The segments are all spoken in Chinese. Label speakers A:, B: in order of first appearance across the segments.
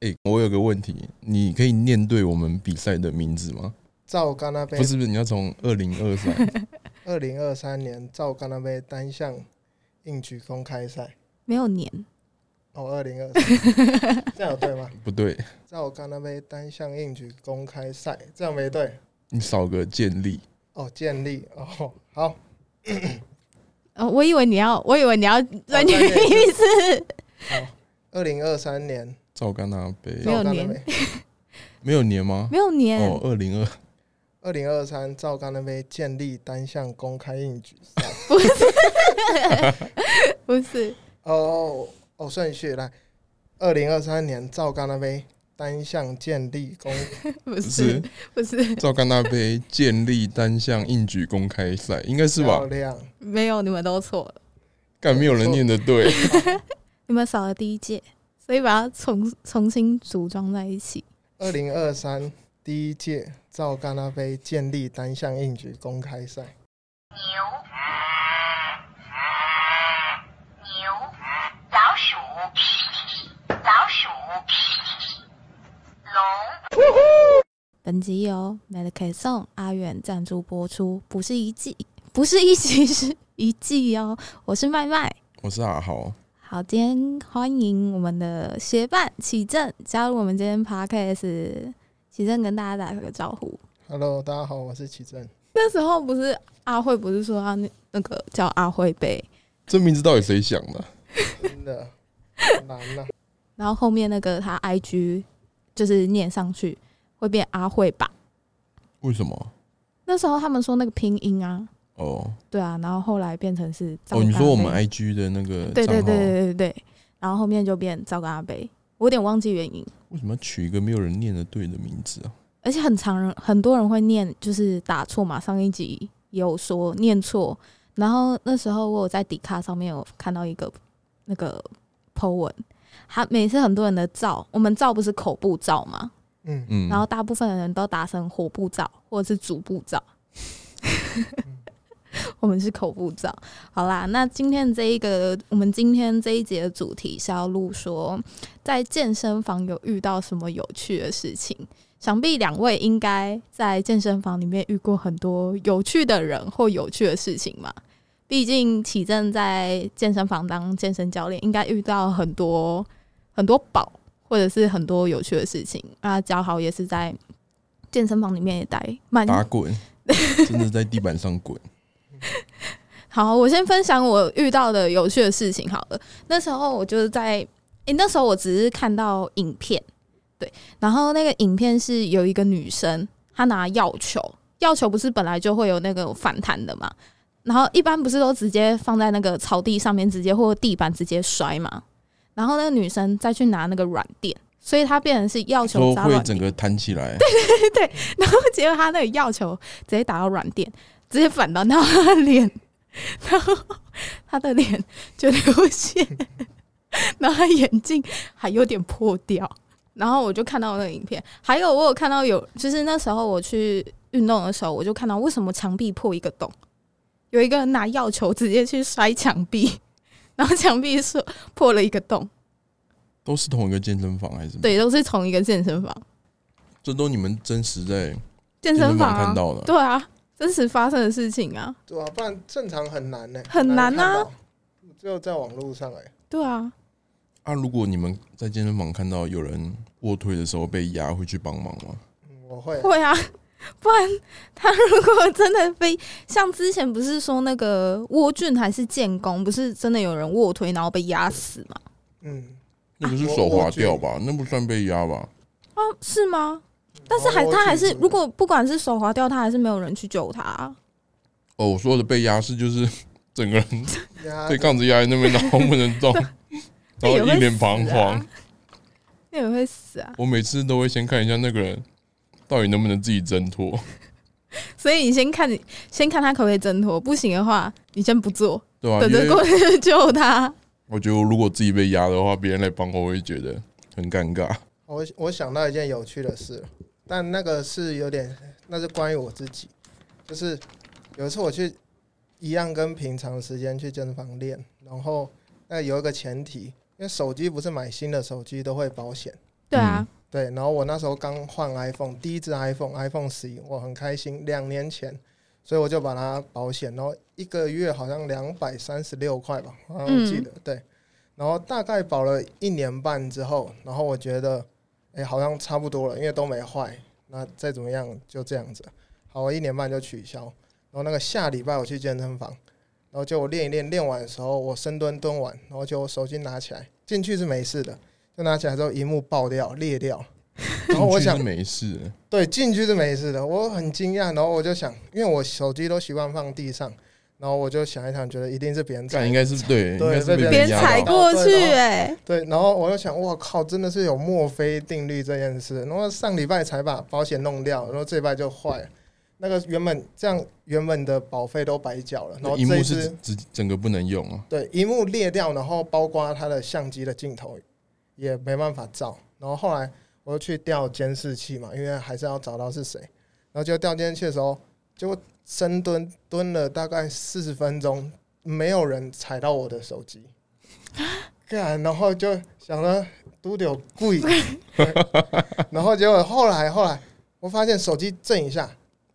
A: 哎、我有个问题，你可以念对我们比赛的名字吗？
B: 赵甘那杯
A: 不是不是，你要从二零二 三
B: 二零二三年赵甘那杯单项硬举公开赛
C: 没有年，
B: 哦，二零二三， 这样有对吗？
A: 不对，
B: 赵甘那杯单项硬举公开赛，这样没对
A: 你少个建立。
B: 哦，建立哦，好，
C: 哦，我以为你要，我以为你要专业
B: 专业
C: 意思，
B: 二零二三年
A: 赵干那杯
C: 没有
B: 赵甘那
C: 年
B: 杯，
A: 没有年吗？
C: 没有年，
A: 哦，二零二
B: 二零二三赵甘那杯建立单项公开硬举赛。
C: 不是
B: 哦哦，顺序来，二零二三年赵甘那杯单项建立公
C: 不
A: 是
C: 是不是，
A: 赵干那杯建立单项硬举公开赛，应该是
B: 漂
A: 吧？
B: 亮，
C: 没有，你们都错了，
A: 但没有人念的对，
C: 你们少了第一届，所以把它重重新组装在一起。
B: 二零二三第一届赵甘那杯建立单项硬举公开赛。
D: 牛，老鼠，老鼠，龙。
C: 本集由 Medicaid Song 阿远赞助播出，不是一季，不是一集，是一季哦。我是麦麦，
A: 我是阿豪。
C: 好，今天欢迎我们的学伴启正加入我们今天 podcast。启正跟大家打个招呼。
B: Hello，大家好，我是启正。
C: 那时候不是阿慧，不是说要那那个叫阿慧呗？
A: 这名字到底谁想的？
B: 真的很难啊呐、
C: 然后后面那个他 IG 就是念上去会变阿慧吧？
A: 为什么？
C: 那时候他们说那个拼音啊，
A: 哦
C: 对啊，然后后来变成是赵
A: 哦，你
C: 大
A: 说我们
C: 妹
A: IG 的那个账
C: 对对对
A: 号，
C: 对对对，然后后面就变赵跟阿北，我有点忘记原因，
A: 为什么要取一个没有人念的对的名字啊？
C: 而且很常人很多人会念就是打错嘛，上一集也有说念错，然后那时候我有在迪卡上面有看到一个那个 po 文，他每次很多人的赵，我们赵不是口部赵嘛，
B: 嗯，
A: 嗯，
C: 然后大部分的人都打成火部照或者是主部照， 我们是口部照。好啦，那今天这一个，我们今天这一节的主题是要录说，在健身房有遇到什么有趣的事情。想必两位应该在健身房里面遇过很多有趣的人或有趣的事情嘛。毕竟启正在健身房当健身教练，应该遇到很多很多宝，或者是很多有趣的事情。啊，嘉豪也是在健身房里面也待蛮
A: 打 滚，真的在地板上滚。
C: 好，我先分享我遇到的有趣的事情好了。那时候我就是在，诶、那时候我只是看到影片，对，然后那个影片是有一个女生，她拿药球，药球不是本来就会有那个反弹的嘛，然后一般不是都直接放在那个草地上面，直接或地板直接摔嘛，然后那个女生再去拿那个软垫，所以她变成是药球
A: 说
C: 砸软
A: 会
C: 垫
A: 整个弹起来，
C: 然后 结果他那个药球直接打到软垫，直接反到到他的脸， 然后他的脸就流血， 然后他眼镜还有点破掉。然后我就看到那个影片，还有我有看到有，就是那时候我去运动的时候，我就看到为什么墙壁破一个洞，有一个人拿药球直接去摔墙壁， 然后墙壁是破了一个洞，
A: 都是同一个健身房还是什么？，
C: 对，都是同一个健身房，
A: 这都你们真实在
C: 健
A: 健
C: 身
A: 身
C: 房、
A: 房
C: 啊
A: 看，到的。
C: 对啊，真实发生的事情啊，
B: 对啊，不然正常很难呢、
C: 很难啊
B: 看到，只有在网络上哎、
C: 对啊，
A: 啊，如果你们在健身房看到有人卧推的时候被压，会去帮忙吗？
B: 嗯我会
C: 会啊， 不然他如果真的被像之前不是说那个沃俊还是建工，不是真的有人卧推然后被压死吗？
B: 嗯，
A: 那个是手滑掉
B: 啊
A: 吧？那不算被压吧？
C: 啊，是吗？但是还
B: 然后
C: 他还
B: 我
C: 是
B: 去
C: 如果不管是手滑掉，他还是没有人去救他啊、
A: 哦，我说的被压是就是 整个人
B: 压
C: 啊
A: 被杠子压在那边，然后不能动，然后一脸彷徨。
C: 那也会死啊！
A: 我每次都会先看一下那个人到底能不能自己挣脱。
C: 所以你先看，你先看他可不可以挣脱，不行的话，你先不做，
A: 对啊，
C: 等
A: 因
C: 着过
A: 为
C: 去救他。
A: 我觉得我如果自己被压的话，别人来帮我，我会觉得很尴尬。
B: 哦我我想到一件有趣的事，但那个是有点，那是关于我自己，就是有一次我去一样跟平常时间去健身房练，然后那有一个前提，因为手机不是买新的手机都会保险，
C: 对啊，
B: 对，然后我那时候刚换 iPhone，第一只 iPhone，iPhone 十一，我很开心，两年前，所以我就把它保险，然后一个月好像两百三十六块吧，好像我记得、对，然后大概保了一年半之后，然后我觉得，哎、好像差不多了，因为都没坏，那再怎么样就这样子，好，我一年半就取消，然后那个下礼拜我去健身房，然后就我练一练，练完的时候我深蹲蹲完，然后就手机拿起来，进去是没事的。就拿起来之后，荧幕爆掉裂掉，然后
A: 进
B: 我
A: 去
B: 想
A: 是没事，
B: 对，进去是没事的。我很惊讶，然后我就想，因为我手机都习惯放地上，然后我就想一想，觉得一定是别人
A: 但
B: 踩
A: 应。该是对，应
B: 对
A: 该是被
B: 被
C: 别
B: 别
C: 人
A: 压
C: 踩
A: 到
C: 过去、
B: 对
C: 欸，
B: 对，然后我就想，我靠，真的是有墨菲定律这件事。然后上礼拜才把保险弄掉，然后这礼拜就坏了。那个原本这样原本的保费都白缴了，然后
A: 荧
B: 这
A: 幕
B: 一
A: 是
B: 次
A: 整整个不能用啊。
B: 对荧幕裂掉，然后包括它的相机的镜头也没办法照。然后后来我就去调监视器嘛，因为还是要找到是谁。然后就调监视器的时候，结果深蹲蹲了大概四十分钟，没有人踩到我的手机。 干，然后就想着都得有贵， 对然后结果后来后来我发现手机震一下，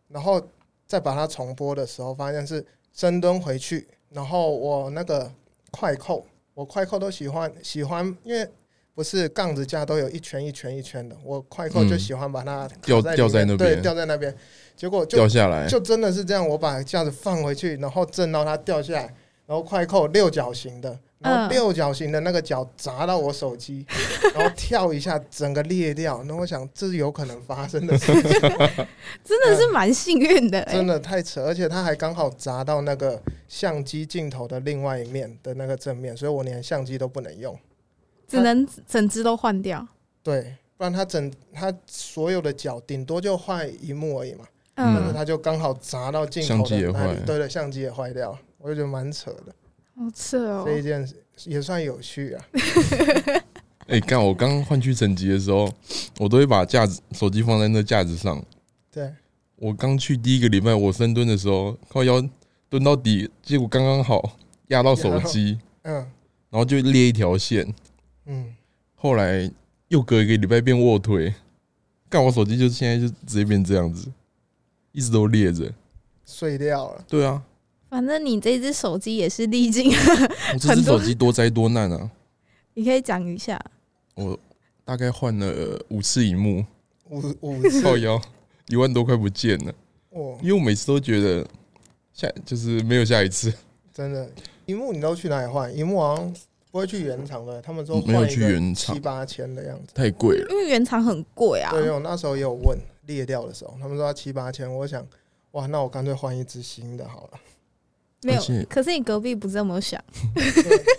B: 然后再把它重播的时候，发现是深蹲回去，然后我那个快扣，我快扣都喜欢喜欢，因为不是杠子架都有一圈一圈一圈的，我快扣就
A: 嗯
B: 喜欢把它卡
A: 掉
B: 里
A: 掉在
B: 面
A: 那
B: 对，
A: 边
B: 掉在那边，结果就
A: 掉下来，
B: 就真的是这样，我把架子放回去，然后震到它掉下来，然后快扣六角形的，然后
C: 嗯
B: 六角形的那个角砸到我手机， 然后跳一下，整个裂掉。然后我想，这是有可能发生的事，
C: 真的是蛮幸运的、欸，
B: 真的太 扯，而且它还刚好砸到那个相机镜头的另外一面的那个正面，所以我连相机都不能用。
C: 只能整只都换掉。
B: 对，不然它整它所有的角顶多就坏一幕而已嘛，但是
C: 嗯，
B: 它就刚好砸到镜头
A: 相机
B: 的
A: 也
B: 那里
A: 坏，
B: 对对，相机也坏掉，我就觉得蛮扯的。
C: 好扯哦
B: 这。一件事也算有趣啊。
A: 哎，刚、我刚换去成级的时候，我都会把架子手机放在那架子上。
B: 对，
A: 我刚去第一个礼拜，我深蹲的时候靠腰蹲到底，结果刚刚好压到手机，
B: 嗯
A: 然后就裂一条线。
B: 嗯，
A: 后来又隔一个礼拜变卧推，干我手机就现在就直接变这样子，一直都裂着。
B: 碎掉了。
A: 对啊，
C: 反正你这只手机也是历经，
A: 我这只
C: 很多
A: 手机多灾多难啊！
C: 你可以讲一下。
A: 我大概换了五次荧 幕，
B: 五五次，
A: 靠腰一万多块不见了，
B: 我
A: 因为我每次都觉得下就是没有下一次，
B: 真的，荧幕你都去哪里换？荧幕好像不会去原厂的，他们说
A: 没有
B: 换一
A: 去
B: 个
A: 原厂
B: 七八千的样子。
A: 太贵 了。
C: 因为原厂很贵啊，
B: 对，我那时候也有问裂掉的时候，他们说要七八千，我想，哇，那我干脆换一只新的好了。
C: 没有
A: 而且。
C: 可是你隔壁不这么想，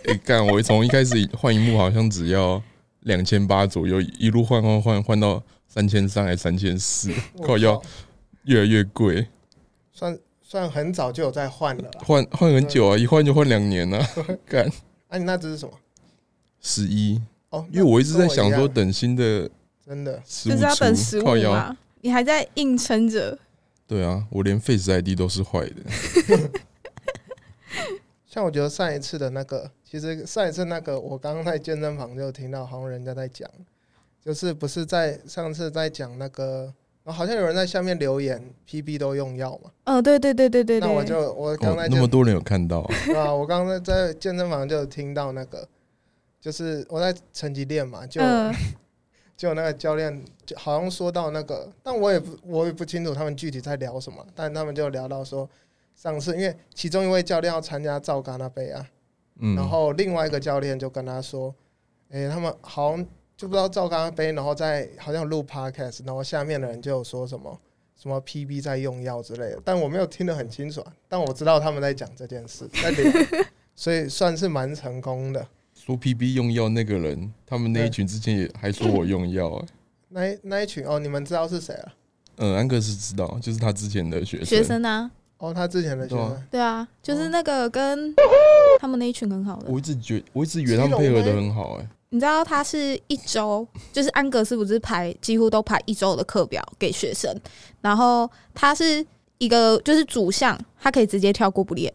A: 哎、干！我从一开始换荧幕好像只要两千八左右，一路换换换换到三千三还三千四，
B: 我
A: 靠腰，越来越贵，
B: 算算很早就有在换了啦。
A: 换换很久啊，一换就换两年 啊，干
B: 啊，你那只是什么？
A: 十一。
B: 哦，
A: 因为我一直在想说，
B: 跟我一样
A: 等新的
B: 真的，
A: 十
C: 就是要等十
A: 出，
C: 五
A: 靠腰。
C: 嘛，你还在硬撑着。
A: 对啊，我连 Face ID 都是坏的，
B: 像我觉得上一次的那个，其实上一次那个，我刚刚在健身房就听到，好像人家在讲，就是不是在上次在讲那个，哦好像有人在下面留言，PB 都用药嘛。
C: 嗯，对对对对对对。
B: 那我就我刚
A: 哦
B: 在，
A: 那
B: 健
A: 么多人有看到啊，
B: 啊，我刚刚在健身房就有听到那个，就是我在成绩练嘛，就、
C: 嗯，
B: 就那个教练就好像说到那个，但我也不我也不清楚他们具体在聊什么，但他们就聊到说，上次因为其中一位教练要参加赵戛纳杯啊。
A: 嗯，
B: 然后另外一个教练就跟他说：“诶，他们好像就不知道赵刚杯，然后在好像有录 podcast，然后下面的人就有说什么什么 PB 在用药之类的，但我没有听得很清楚、啊，但我知道他们在讲这件事，在聊，所以算是蛮成功的。
A: 说 PB 用药那个人，他们那一群之前也还说我用药、欸，
B: 那一那一群哦，你们知道是谁了？
A: 嗯，安格斯知道，就是他之前的学生，
C: 学生啊，
B: 哦，他之前的学
A: 对
B: 生，
C: 对啊，就是那个跟他们那一群很好的
A: 我。一直觉我一直以为他们配合的很好、欸，哎，
C: 你知道他是一周，就是安格斯不是排几乎都排一周的课表给学生，然后他是一个就是主项，他可以直接跳过不练，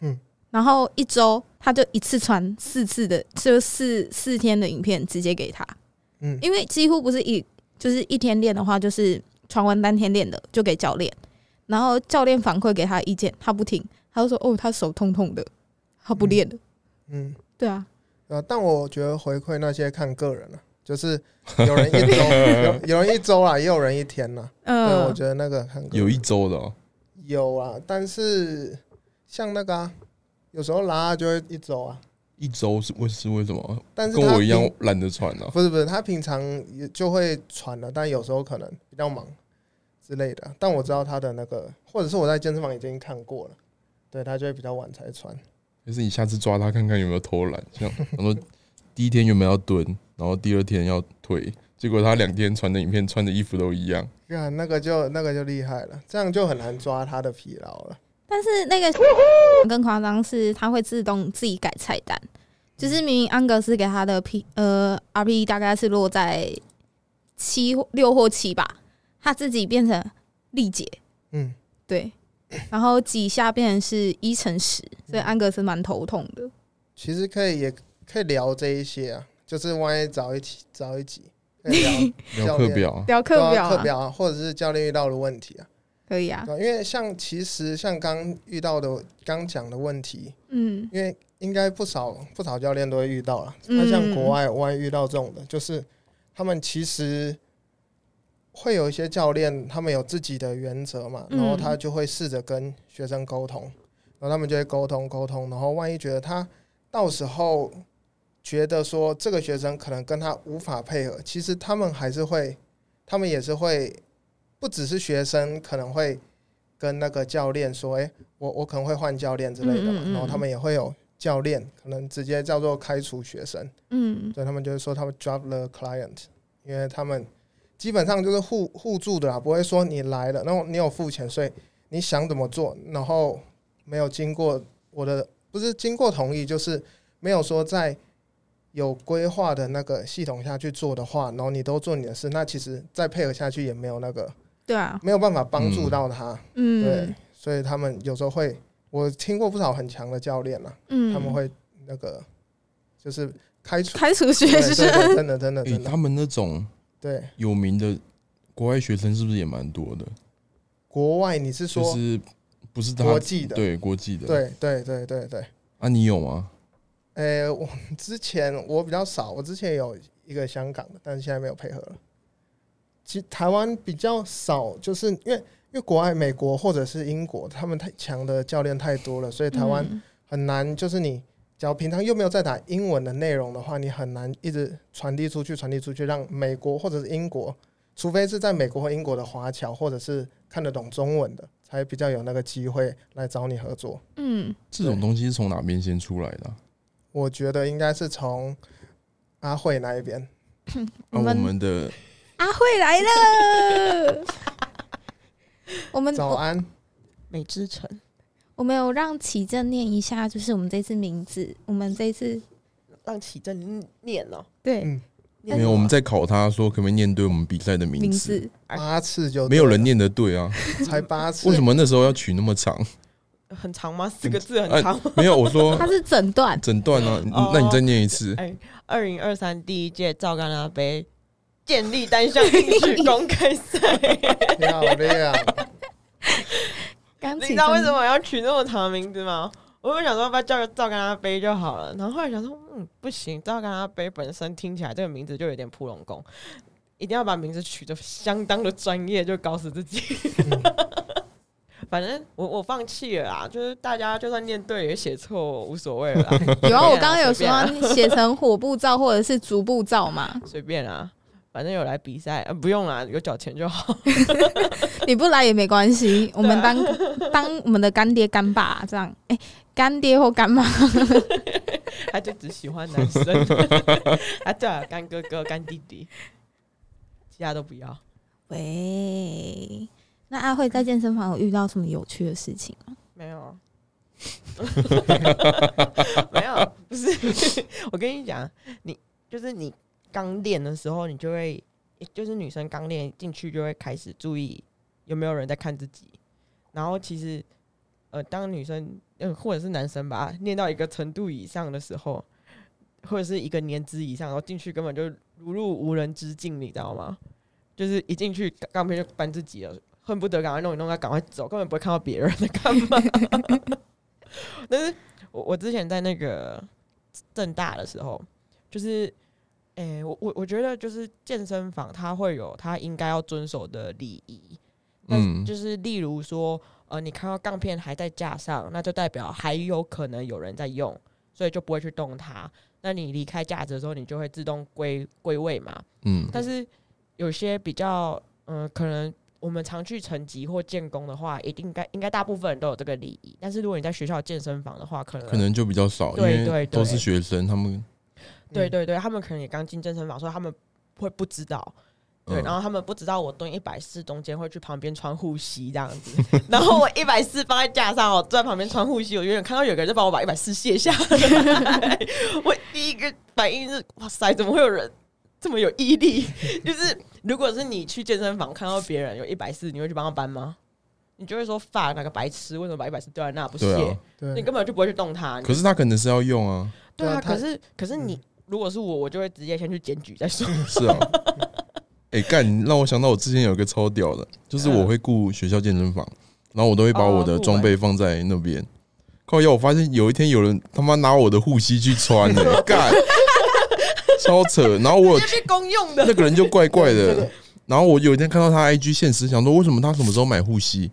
B: 嗯
C: 然后一周他就一次传四次的，就四四天的影片直接给他，
B: 嗯，
C: 因为几乎不是一就是一天练的话，就是传完当天练的就给教练，然后教练反馈给他意见，他不听，他就说哦他手痛痛的，他不练了，
B: 嗯，
C: 对啊，
B: 呃，但我觉得回馈那些看个人了、啊就是有人一 周，有有人一周啊啦，也有人一天啦。对，
C: 嗯、
B: 我觉得那个看个人
A: 有一周的、哦，
B: 有啊，但是像那个啊，有时候拉拉就会一周啊，
A: 一周是为是为什么？
B: 但是
A: 跟
B: 他
A: 我一样
B: 平
A: 懒得传啊，
B: 不是不是，他平常也就会传了，但有时候可能比较忙之类的。啊但我知道他的那个，或者是我在健身房已经看过了，对他就会比较晚才传。
A: 就是你下次抓他看看有没有偷懒，像 然后第一天原本要蹲，然后第二天要退，结果他两天传的影片穿的衣服都一样，
B: 看那个就那个就厉害了，这样就很难抓他的疲劳了。
C: 但是那个更夸张是，它会自动自己改菜单，就是明明安格斯给他的 P 呃 RPE 大概是落在七六或七吧，他自己变成力竭，
B: 嗯，
C: 对，然后几下变成是一乘十，所以安格斯蛮头痛的。
B: 其实可以也可以聊这一些啊，就是万一早一起早一集可 以
A: 聊
B: 聊教
A: 课
B: 练
A: 表啊，
C: 聊课
B: 对
C: 表、
B: 啊课表啊，或者是教练遇到的问题啊。
C: 可以啊，
B: 对，因为像其实像刚遇到的刚讲的问题，
C: 嗯，
B: 因为应该不少不少教练都会遇到了。
C: 嗯
B: 那像国外，我也遇到这种的，就是他们其实会有一些教练，他们有自己的原则嘛，
C: 嗯
B: 然后他就会试着跟学生沟通，然后他们就会沟通沟通，然后万一觉得他到时候觉得说这个学生可能跟他无法配合，其实他们还是会，他们也是会，不只是学生可能会跟那个教练说，诶，我我可能会换教练之类的嘛，
C: 嗯嗯嗯
B: 然后他们也会有教练可能直接叫做开除学生，
C: 嗯，
B: 所以他们就会说他们 drop the client，因为他们基本上就是互互助的啦，不会说你来了，然后你有付钱，所以你想怎么做，然后没有经过我的不是经过同意，就是没有说在有规划的那个系统下去做的话，然后你都做你的事，那其实再配合下去也没有那个
C: 对啊，
B: 没有办法帮助到他，对
C: 嗯，，
B: 所以他们有时候会，我听过不少很强的教练啦，
C: 嗯，
B: 他们会那个就是开除。
C: 开除学
B: 对对
C: 生，
B: 对 真的真的
A: 诶、
B: 真的
A: 哎他，们那种
B: 对，
A: 有名的国外学生是不是也蛮多的？
B: 国外你是
A: 就
B: 说
A: 是不是他
B: 国际的？
A: 对国际的，
B: 对对对对对。
A: 啊，你有吗？
B: 诶、我之前我比较少，我之前有一个香港的，但是现在没有配合了。其实台湾比较少，就是因为因为国外美国或者是英国，他们太强的教练太多了，所以台湾
C: 嗯
B: 很难。就是你，假如平常又没有在打英文的内容的话，你很难一直传递出去，传递出去，让美国或者是英国，除非是在美国和英国的华侨，或者是看得懂中文的，才比较有那个机会来找你合作。
C: 嗯，
A: 这种东西是从哪边先出来的啊、
B: 我觉得应该是从阿慧那 一边，
A: 啊？
C: 我
A: 我
C: 们
A: 们的
C: 阿慧来 了，我们
B: 早安，
E: 美之城，
C: 我没有让启正念一下，就是我们这次名字，我们这次
E: 让启正念哦，
C: 对、
B: 嗯
E: 念
A: 没有，
C: 啊
E: 什么
A: 我们在考他说可不可以念对我们比赛的
C: 名
A: 名字，
C: 字，
B: 八次就对了
A: 没有人，念得对啊，
B: 才八次，
A: 哎为什么那时候要取那么长？
E: 很长吗？四个字很长。
A: 没有，我说
C: 它是诊断，
A: 诊断呢？你
E: 哦
A: 那你再念一次。
E: 哎，二零二三第一届赵干拉杯建立单项硬举公开赛，
B: 漂亮，
C: 刚
E: 你
C: 启
E: 知道为什
C: 正
E: 么我要取那么长的名字吗？我本想说要不要叫赵干拉杯就好了，然后后来想说，嗯，不行，赵干拉杯本身听起来这个名字就有点扑龙宫，一定要把名字取得相当的专业，就搞死自己。嗯 反正我我放弃了啦，就是大家就算念对也写错无所谓了啦。
C: 有啊，我刚刚有
E: 随
C: 说
E: 便 啊
C: 要写成火步照或者是足步照嘛，
E: 随便啊，反正有来比赛、呃，不用啦，有缴钱就好。
C: 你不来也没关系，我们当、 当我们的干爹干爸这样，哎、干爹或干妈，
E: 他就只喜欢男生， 啊，对啊，干哥哥、干弟弟，其他都不要。
C: 喂，那阿慧在健身房有遇到什么有趣的事情吗？
E: 没有，没有，不是。 我跟你讲，你就是你刚练的时候，你就会，就是女生刚练进去就会开始注意有没有人在看自己。然后其实，呃，当女生，呃，或者是男生吧，练到一个程度以上的时候，或者是一个年资以上，然后进去根本就如入无人之境，你知道吗？就是一进去，钢片就搬自己了，恨不得赶快弄一弄，赶快走，根本不会看到别人在干嘛。 但是我我之前在那个正大的时候，就是，诶、我我我觉得就是健身房它会有它应该要遵守的礼仪，那
A: 嗯
E: 就是例如说，呃，你看到杠片还在架上，那就代表还有可能有人在用，所以就不会去动它。那你离开架子的时候，你就会自动归归位嘛。
A: 嗯
E: 但是有些比较，嗯、可能我们常去成级或建工的话，一定应该应该大部分人都有这个礼仪。但是如果你在学校健身房的话，可能
A: 可能就比较少，因
E: 对
A: 为
E: 对
A: 都是
E: 对
A: 学生，他们
E: 对
B: 嗯
E: 对对，他们可能也刚进健身房，所以他们会不知道。对，
A: 嗯
E: 然后他们不知道我蹲一百四，中间会去旁边穿护膝这样子， 然后我一百四放在架上，哦我坐在旁边穿护膝，我远远看到有个人就帮我把一百四卸下来， 我第一个反应是哇塞，怎么会有人这么有毅力？ 就是如果是你去健身房看到别人有一百四，你会去帮他搬吗？你就会说发哪个白痴，为什么把一百四丢在那不
A: 对
E: 卸？
A: 啊。
E: 你
B: 对，
E: 根本就不会去动它。你
A: 可是嗯他可能是要用啊，
E: 对
B: 对
E: 啊，
B: 啊他
E: 可是可是你、如果是我，我就会直接先去检举再说。
A: 是啊。哎、干，你让我想到我之前有一个超屌的，就是我会雇学校健身房，然后我都会把我的装备放在那边。靠腰，我发现有一天有人他妈拿我的护膝去穿、欸，干，超扯。然后我有
E: 这是公用的
A: 那，个人就怪怪的
B: 这个。
A: 然后我有一天看到他 IG 现实，想说为什么他什么时候买护膝？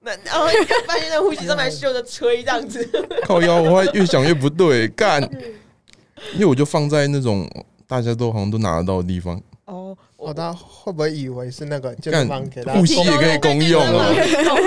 E: 那然后你就发现那护膝上面还绣着吹这样子，
A: 靠腰，我后来越想越不对，干，因为我就放在那种大家都好像都拿得到的地方，
E: 哦，
B: 哦，大家会不会以为是那个健
A: 干
B: 身房给大家
A: 护膝也可以公用哦，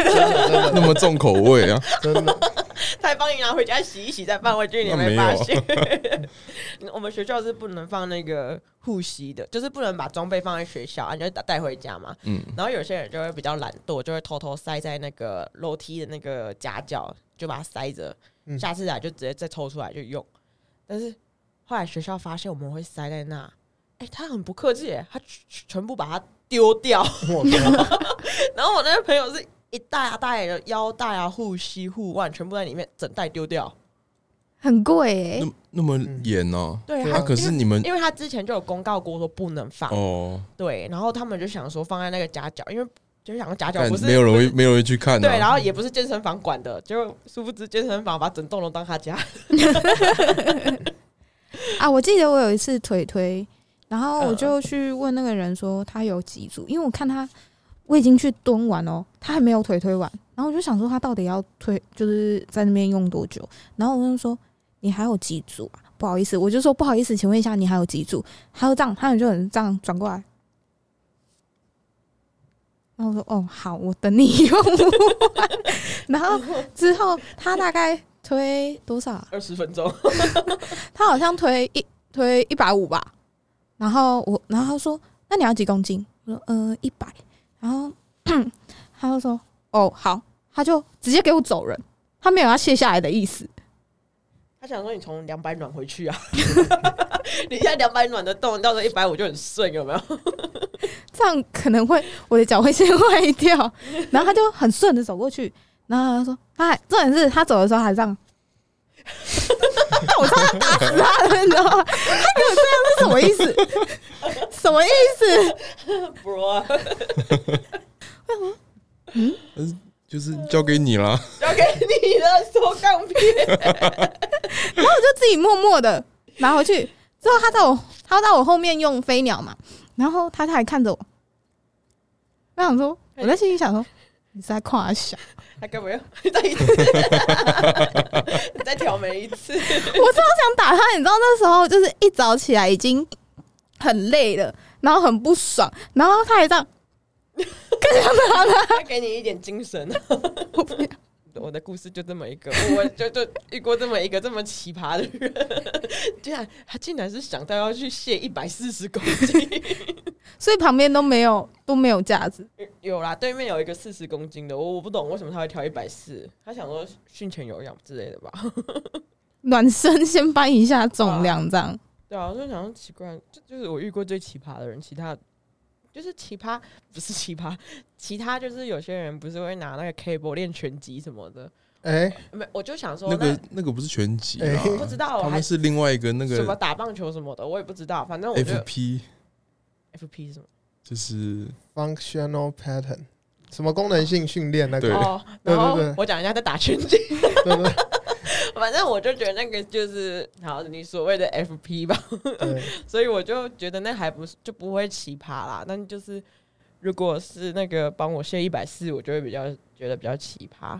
B: 真
A: 那
B: 的
A: 么重口味啊，
B: 真的真的
E: 才帮你拿回家洗一洗再放回去，你
A: 那
E: 没
A: 没
E: 发
A: 有啊
E: 现？ 我们学校是不能放那个护膝的，就是不能把装备放在学校，啊，你就带带回家嘛。
A: 嗯，
E: 然后有些人就会比较懒惰，就会偷偷塞在那个楼梯的那个夹角，就把它塞着，
B: 嗯
E: 下次来啊就直接再抽出来就用。但是后来学校发现我们会塞在那，哎、他很不客气耶，他全全部把它丢掉。
B: 我靠
E: 然后我那个朋友是一大袋的腰带啊、护膝、护腕，全部在里面整袋丢掉。
C: 很贵哎、
A: 那那么严哦。
E: 对
B: 对
E: 他
A: 那可是你们
E: 因为他之前就有公告过说不能放，
A: 哦，
E: 对，然后他们就想说放在那个夹角，因为就是想说夹角
A: 但
E: 不是
A: 没有人
E: 不
A: 会
E: 是
A: 没有人会去看
E: 对，然
A: 啊。
E: 后也不是健身房管的，结果殊不知健身房把整栋楼当他家。
C: 啊！我记得我有一次腿推，然后我就去问那个人说他有几组，因为我看他我已经去蹲完哦，他还没有腿推完，然后我就想说他到底要推就是在那边用多久，然后我就说你还有几组啊？不好意思，我就说不好意思，请问一下你还有几组？他就这样，他们就很这样转过来。然后我说哦好，我等你用完。 然后之后他大概推多少、啊？
E: 二十分钟，
C: 他好像推一推一百五吧，然后我，然后他说：“那你要几公斤？”我说：“呃，一百。”然后 他就说：“哦，好。”他就直接给我走人，他没有要卸下来的意思。
E: 他想说你从两百暖回去啊， 你现在两百暖的动，你到时候一百五就很顺，有没有？
C: 这样可能会我的脚会先坏掉。 然后他就很顺的走过去，然后他说：“他还重点是他走的时候还这样。” 我差点打死他了，你知道吗？他给我这样是什么意思？什么意思？
E: bro，
A: 就是交给你啦，
E: 交给你了，手杠片。
C: 就自己默默的拿回去。之后他在我他在我后面用飞鸟嘛，然后他还看着我，我想说我在心里想说你是在夸小，
E: 他干嘛要 再一次？你再挑眉一次。
C: 我超想打他，你知道那时候就是一早起来已经很累了，然后很不爽，然后他还这样，
E: 再给你一点精神。我的故事就这么一个，我就就遇过这么一个这么奇葩的人，竟然他竟然是想到要去卸一百四十公斤。
C: 所以旁边都没有都没有架子，
E: 有啦，对面有一个四十公斤的，我我不懂为什么他会挑一百四，他想说训前有氧之类的吧？
C: 暖身先搬一下重量这样。
E: 对啊，我就想说奇怪，这就是我遇过最奇葩的人，其他就是奇葩不是奇葩，其他就是有些人不是会拿那个 cable 练拳击什么的，
B: 哎、
E: 没我就想说
A: 那个那个不是拳击啊
B: 哎，
E: 不知道我
A: 他
E: 还
A: 们是另外一个那
E: 什么
A: 个
E: 打棒球什么的，我也不知道，反正我觉得
A: FP，
E: FP 是什么
A: 就是。
B: f u n c t i o n a l pattern，什么功能性训练那个
A: 对？
E: 哦，然后
B: 对对对
E: 我讲人家在打拳击，
B: 对不对？
E: 反正我就觉得那个就是好你所谓的 FP 吧，
B: 对，
E: 所以我就觉得那还不是就不会奇葩啦，但就是如果是那个帮我卸一百四，我就会比较觉得比较奇葩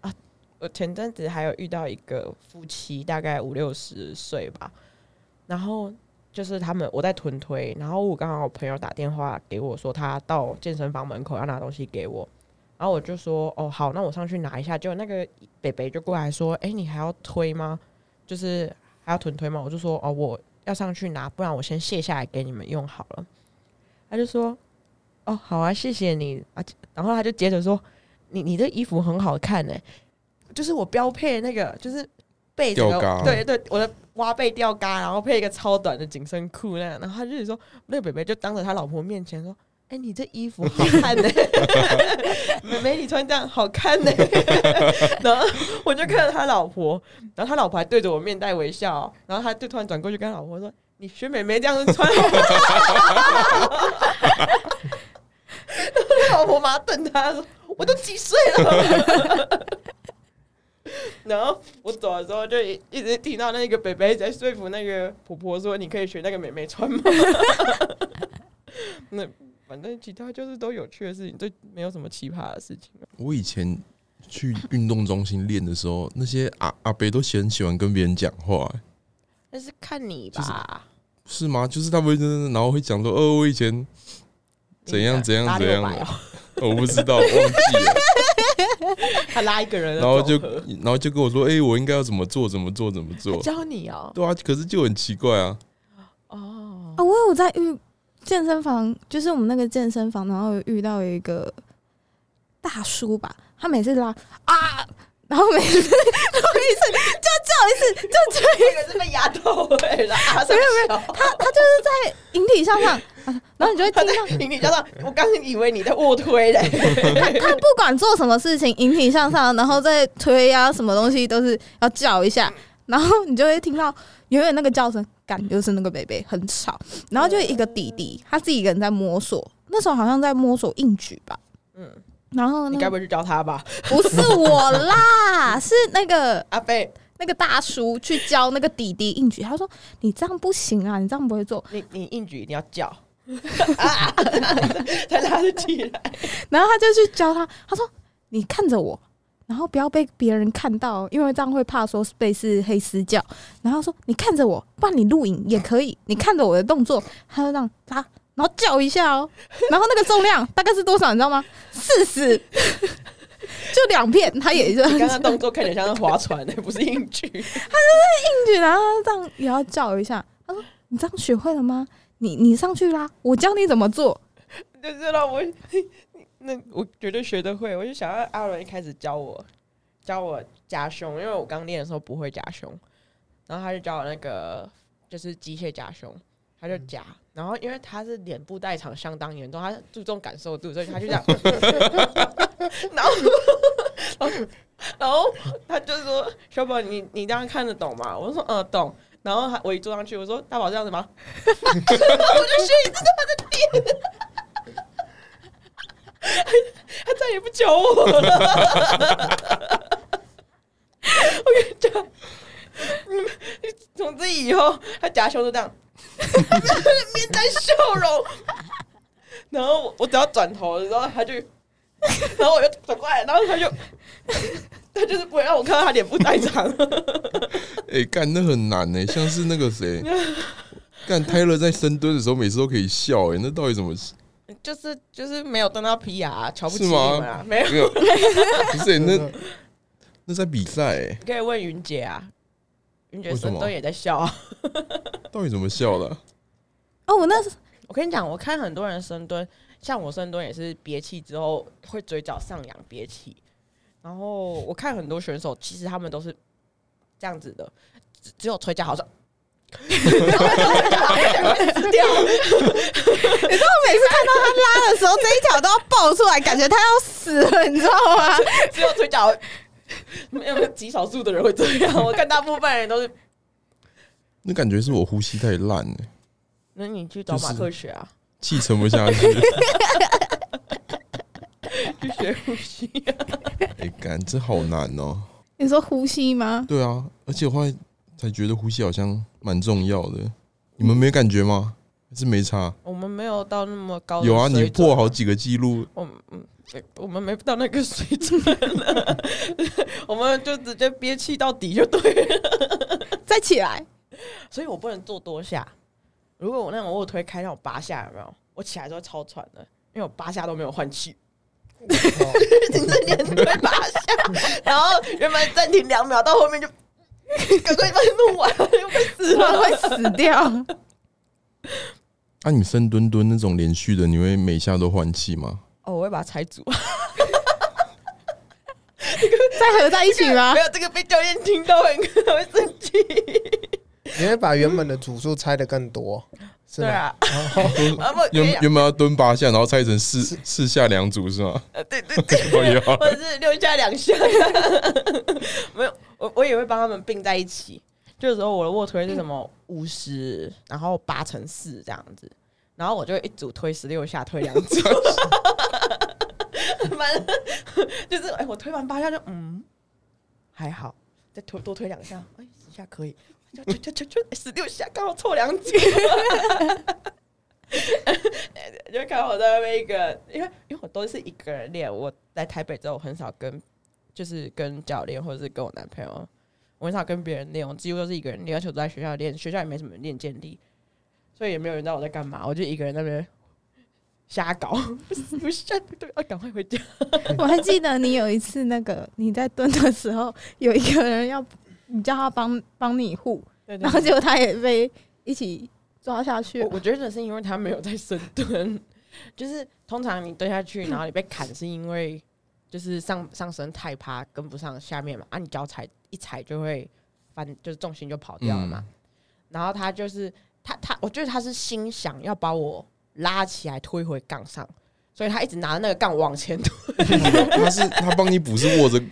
E: 啊。我前阵子还有遇到一个夫妻，大概五六十岁吧，然后就是他们我在臀推，然后我刚好我朋友打电话给我说他到健身房门口要拿东西给我。然后我就说哦好，那我上去拿一下。结果那个北北就过来说，哎，你还要推吗？就是还要臀推吗？我就说哦，我要上去拿，不然我先卸下来给你们用好了。他就说：“哦，好啊，谢谢你啊。”然后他就接着说：“你你这衣服很好看呢、就是我标配那个，就是背整
A: 吊
E: 个
A: 嘎
E: 对对，我的挖背吊嘎，然后配一个超短的紧身裤那样。”然后他就是说，那个北北就当着他老婆面前说。哎、你这衣服好看呢、 妹妹你穿这样好看呢、 然后我就看着他老婆，然后他老婆还对着我面带微笑哦，然后他就突然转过去跟他老婆说：“你学妹妹这样子穿好吗？”他老婆马上瞪他说：“我都几岁了。”然后我走的时候就一一直听到那个北北在说服那个婆婆说：“你可以学那个妹妹穿吗？”那反正其他就是都有趣的事情，这没有什么奇葩的事情。啊
A: 我以前去运动中心练的时候，那些阿阿伯都很喜欢跟别人讲话、欸
E: 但是看你
A: 就是
E: 吧，
A: 是吗？就是他们就是然后会讲说，哦，我以前怎样怎样
E: 拉
A: 怎样
E: 600哦
A: 的，我不知道，忘记了。
E: 他拉一个人的
A: 然后就
E: 总和，
A: 然后就跟我说，哎、我应该要怎么做，怎么做，怎么做
E: 还？教你哦、
A: 对啊，可是就很奇怪啊。
E: 哦
C: 啊，，我有在遇健身房，就是我们那个健身房，然后有遇到一个大叔吧，他每次拉啊，然后每次然后每次就叫一次，就叫一次，
E: 这个是被压到 位了，啊
C: 没有没有，他他就是在引体向上，啊然后你就会听到。
E: 你你叫到，我刚以为你在卧推嘞，
C: 他不管做什么事情，引体向上，然后再推啊，什么东西都是要叫一下，然后你就会听到远远那个叫声，感就是那个北北很吵，然后就一个弟弟，他自己一个人在摸索，那时候好像在摸索硬举吧，
E: 嗯，
C: 然后
E: 你
C: 那
E: 该
C: 个
E: 不会去教他吧？
C: 不是我啦，是那个
E: 阿贝，
C: 那个大叔去教那个弟弟硬举，他说你这样不行啊，你这样不会做，
E: 你你硬举一定要 叫，啊 才拉得起来。
C: 然后他就去教他，他说：“你看着我，然后不要被别人看到，因为这样会怕说是被是黑私教。”然后说：“你看着我，不然你录影也可以，你看着我的动作。”他就这样拉，然后叫一下哦，然后那个重量大概是多少，你知道吗？四十，就两片，他也就
E: 你
C: 进
E: 刚刚动作看起来像是划船的，不是硬举。
C: 去，然后他这样也要叫一下。他说：“你这样学会了吗？你你上去啦，我教你怎么做。”
E: 就是让我，那我绝对学得会。我就想要阿伦一开始教我，教我夹胸，因为我刚练的时候不会夹胸，然后他就教我那个就是机械夹胸，他就夹，然后因为他是脸部代偿相当严重，他注重感受度，所以他就这样， 然后。 然后他就说：“小宝，你你这样看得懂吗？”我说：“嗯，懂。”然后他我一坐上去，我说：“大宝这样子吗？” 我就学一次他的脸，他再也不教我了。我跟你讲，嗯从此以后他夹胸就这样，面带笑容。然后我我只要转头的时候，他就，然后我就转过来，然后他就，他就是不会让我看到他脸部代偿。
A: 欸哎、干那很难呢、像是那个谁，干泰勒在深蹲的时候，每次都可以笑、欸，哎，那到底怎么？
E: 就是就是没有登到 PR，瞧不起
A: 是
E: 你
A: 吗
E: 们啊！没有，
A: 没有，不是、欸、
B: 真的
A: 那那在比赛、欸，
E: 可以问云姐啊，云姐
A: 为什么
E: 神都也在笑啊。
A: 到底怎么笑的啊、
C: 哦，我那时
E: 我跟你讲，我看很多人深蹲，像我深蹲也是憋气之后会嘴角上扬憋气，然后我看很多选手，其实他们都是这样子的，只只有腿脚 好像。掉，
C: 你知道我每次看到他拉的时候，这一条都要爆出来，感觉他要死了，你知道吗？
E: 只有嘴角，没有没有极少数的人会这样。我看大部分人都是，
A: 那感觉是我呼吸太烂、欸，
E: 那你去找马克学啊，
A: 气沉不下去。
E: 去学呼吸、啊。
A: 哎、干，这好难哦、
C: 你说呼吸吗？
A: 对啊，而且我后来才觉得呼吸好像蛮重要的。你们没感觉吗？还是没差？
E: 我们没有到那么高的
A: 有啊，你
E: 水准
A: 破好几个记录，
E: 我们嗯，对我们没到那个水准 了，我们就直接憋气到底就对了。
C: 再起来，
E: 所以我不能做多下。如果我那种卧推开那种八下，有没有？我起来之后超喘的，因为我八下都没有换气，
B: 哦
E: 停滞练推八下，然后原本暂停两秒，到后面就 赶快把它弄完，又快死
C: 不然
E: 了。
C: 会死掉。
A: 啊，你深蹲蹲那种连续的，你会每下都换气吗？
E: 哦，我会把它拆组。
C: 再合在一起吗
E: 没？有这个被教练听到很可能会生气。
B: 你会把原本的组数拆的更多，是
E: 对
B: 吗？
E: 啊，
B: 哦
E: 啊不，
A: 原
E: 可以啊
A: 原本要蹲八下，然后拆成四四下两组是吗？
E: 呃，对对 对，
A: 我也要
E: 或者是六下两下， 没有，我我也会帮他们并在一起。就是说我的卧推是什么五十，然后八乘四这样子，然后我就一组推十六下，推两组， 反正就是哎、我推完八下就嗯还好，再推多推两下，哎、十下可以，就就就就就哎十六下刚好凑两组。就看我在外面一个人，因为因为我都是一个人练。我来台北之后，我很少跟就是跟教练或者是跟我男朋友，我很少跟别人练，我几乎都是一个人练，而且我都在学校练，学校也没什么练健力，所以也没有人知道我在干嘛，我就一个人在那边瞎搞，不是不是，不对，要赶快回家。
C: 我还记得你有一次那个你在蹲的时候，有一个人要你叫他帮帮你护，
E: 对对
C: 然后结果他也被一起抓下去
E: 我。 我觉得是因为他没有在深蹲， 就是通常你蹲下去，然后你被砍，是因为就是上上身太趴跟不上下面嘛，啊，你脚踩一踩就会翻，就是重心就跑掉了
A: 嗯
E: 嘛。然后他就是他他，我觉得他是心想要把我拉起来推回杠上，所以他一直拿着那个杠往前推，
A: 他是他帮你补是 握着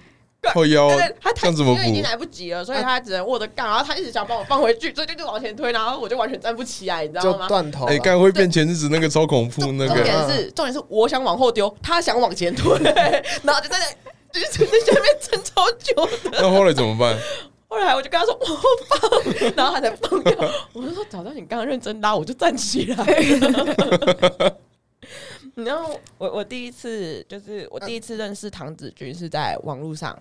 A: 靠腰，
E: 但是 他
A: 哦这
E: 他
A: 样怎么
E: 因为已经
A: 补？
E: 来不及了，所以他只能握着杠，然后他一直想把我放回去，所以就就往前推，然后我就完全站不起来，你知道
B: 就
E: 吗？
B: 断头了。
A: 哎，干会变前日子那个超恐怖
E: 重
A: 那
E: 重
A: 个，
E: 点是重点是我想往后丢，他想往 前推，然后就在那。就是在下面撑超久的，
A: 那后来怎么办？
E: 后来我就跟他说我放，然后他才放掉。我就说早知道你刚刚认真拉，我就站起来了。 然后我我第一次就是我第一次认识唐子君是在网络上，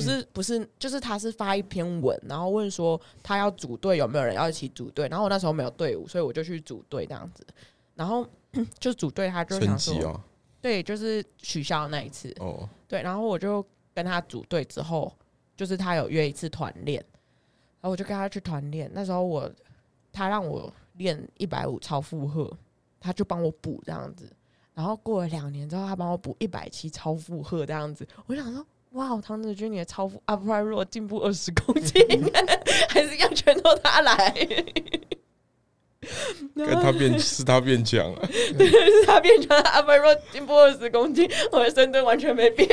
A: 嗯
E: 是不是就是他是发一篇文，然后问说他要组队有没有人要一起组队，然后我那时候没有队伍，所以我就去组队这样子，然后 就组队他就
A: 成
E: 想说
A: 绩啊，
E: 对，就是取消那一次。
A: 哦，
E: 对，然后我就跟他组队之后，就是他有约一次团练，然后我就跟他去团练。那时候我他让我练一百五超负荷，他就帮我补这样子。然后过了两年之后，他帮我补一百七超负荷这样子。我想说，哇，唐子君你的超负啊，不然如果进步二十公斤， 还是要全都他来。 然
A: 干
E: 后
A: 他变是他变强 了，
E: 就是他变成啊了阿伯若进步二十公斤，我的深蹲完全没变。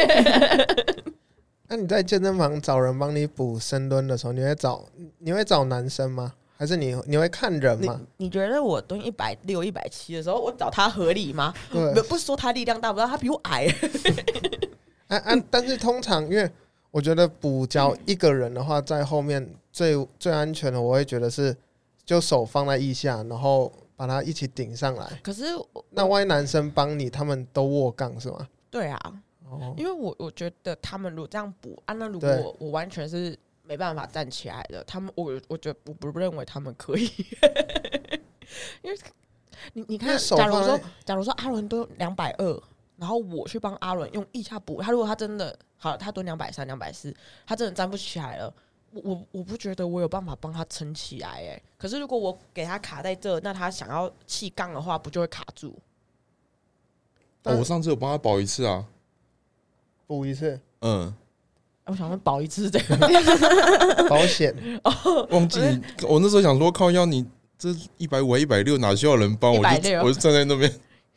B: 那你在健身房找人帮你补深蹲的时候，你会找你会找男生吗？还是你你会看人
E: 你
B: 吗？
E: 你觉得我蹲一百六、一百七的时候，我找他合理吗？
B: 对
E: 不，不是说他力量大不大，他比我矮。
B: 啊啊！但是通常，因为我觉得补教一个人的话，在后面最最安全的，我会觉得是就手放在腋下，然后把它一起顶上来。
E: 可是我
B: 那万一男生帮你，他们都握杠是吗？
E: 对啊，
B: 哦，
E: 因为我我觉得他们如果这样补啊，那如
B: 对
E: 果我完全是没办法站起来的，他们我我觉得我不认为他们可以。 因为你你
B: 因
E: 看，
B: 为手
E: 假如
B: 放
E: 说
B: 在
E: 假如说阿伦蹲两百二，然后我去帮阿伦用腋下补，他如果他真的好，他蹲两百三、两百四，他真的站不起来了。我我我不觉得我有办法帮他撑起来哎，可是如果我给他卡在这，那他想要气杠的话，不就会卡住？
A: 哦我上次有帮他保一次啊，
B: 补一次
A: 嗯，
E: 哎我想问保一次这个，
B: 保险，
A: 忘记你，我那时候想说靠腰你这一百五、一百六哪需要人帮？我就
E: 160
A: 我就站在那边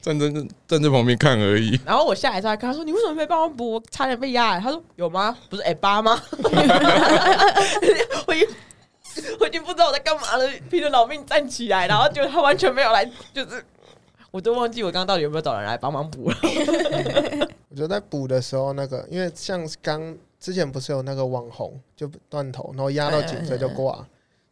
A: 站在那站在旁边看而已。
E: 然后我下来之后还跟他说：“你为什么没帮我补？我差点被压。”他说：“有吗？不是 A 八吗？” 我已经我已经不知道我在干嘛了，拼了老命站起来，然后就他完全没有来，就是我都忘记我刚刚到底有没有找人来帮忙补了。
B: 我觉得在补的时候，那个因为像刚之前不是有那个网红就断头，然后压到颈椎就
E: 哎
B: 挂，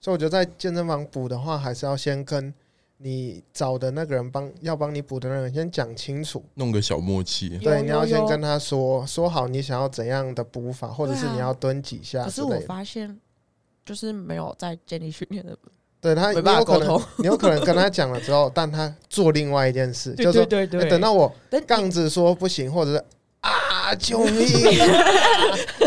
B: 所以我觉得在健身房补的话，还是要先跟你找的那个人帮要帮你补的那个人先讲清楚。
A: 弄个小默契，
E: 有
B: 对，你要先。
E: 有
B: 跟
E: 有
B: 他说说好你想要怎样的补法，或者是
E: 对啊
B: 你要蹲几下
E: 可是
B: 之
E: 我
B: 类的。
E: 发现，就是没有在建立训练的，
B: 对他，
E: 没
B: 你
E: 办法
B: 有可
E: 沟
B: 能
E: 通。
B: 你有可能跟他讲了之后，但他做另外一件事，
E: 对
B: 就是说
E: 对对对，
B: 欸等到我
E: 等
B: 杠子说不行，或者是啊救命，啊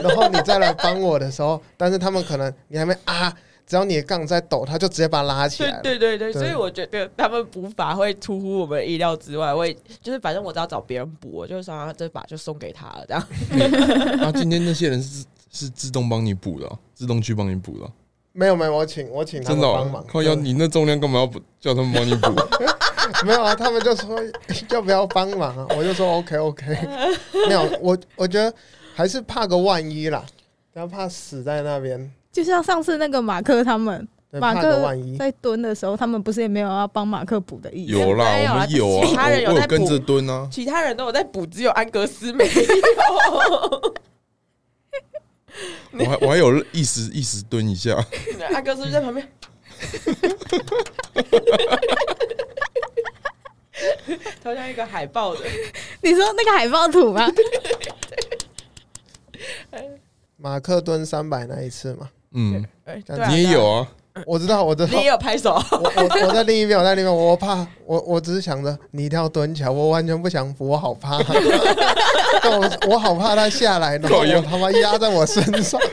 B: 然后你再来帮我的时候，但是他们可能你还没啊，只要你的杠在抖，他就直接把它拉起
E: 对
B: 来了。
E: 对对对，
B: 对
E: 所以我觉得他们补法会出乎我们意料之外，我也就是反正我只要找别人补，我就想要这把就送给他了，这样
A: 那、啊今天那些人是是自动帮你补的哦、自动去帮你补的哦、
B: 没有没有，我请我请他
A: 真
B: 们
A: 的
B: 帮
A: 哦、
B: 忙。
A: 靠腰
B: 对
A: 你那重量干嘛要补叫他们帮你 补？
B: 没有啊，他们就说要不要帮忙啊，我就说 OK OK。没有，我我觉得还是怕个万一啦，不要怕死在那边，
C: 就像上次那个马克他们
B: 对，
C: 马
B: 怕个万
C: 克
B: 一。
C: 在蹲的时候，他们不是也没有要帮马克补的意思？
A: 有啦，
E: 没有
A: 我
E: 啊
A: 们有啊，
E: 其他人有
A: 我我
E: 在
A: 有
E: 补
A: 跟着蹲 啊。
E: 其他人都有在补，只有安格斯 没有。
A: 我还我还有意识意识蹲一下，
E: 安格斯就在旁边， 超像一个海豹的。
C: 你说那个海报图 吗？
B: 马克蹲三百那一次嘛，
A: 嗯，
E: 哎
B: 这样
E: 对啊
A: 你也有啊，
B: 我知道，我知道
E: 你，也有拍手，
B: 我我我在另一边，我在另一边，我怕我我只是想着你一定要蹲起来，我完全不想扶，我 好怕，但我我好怕他下来，然后
A: 靠腰
B: 我他妈压在我身 上，
E: 啊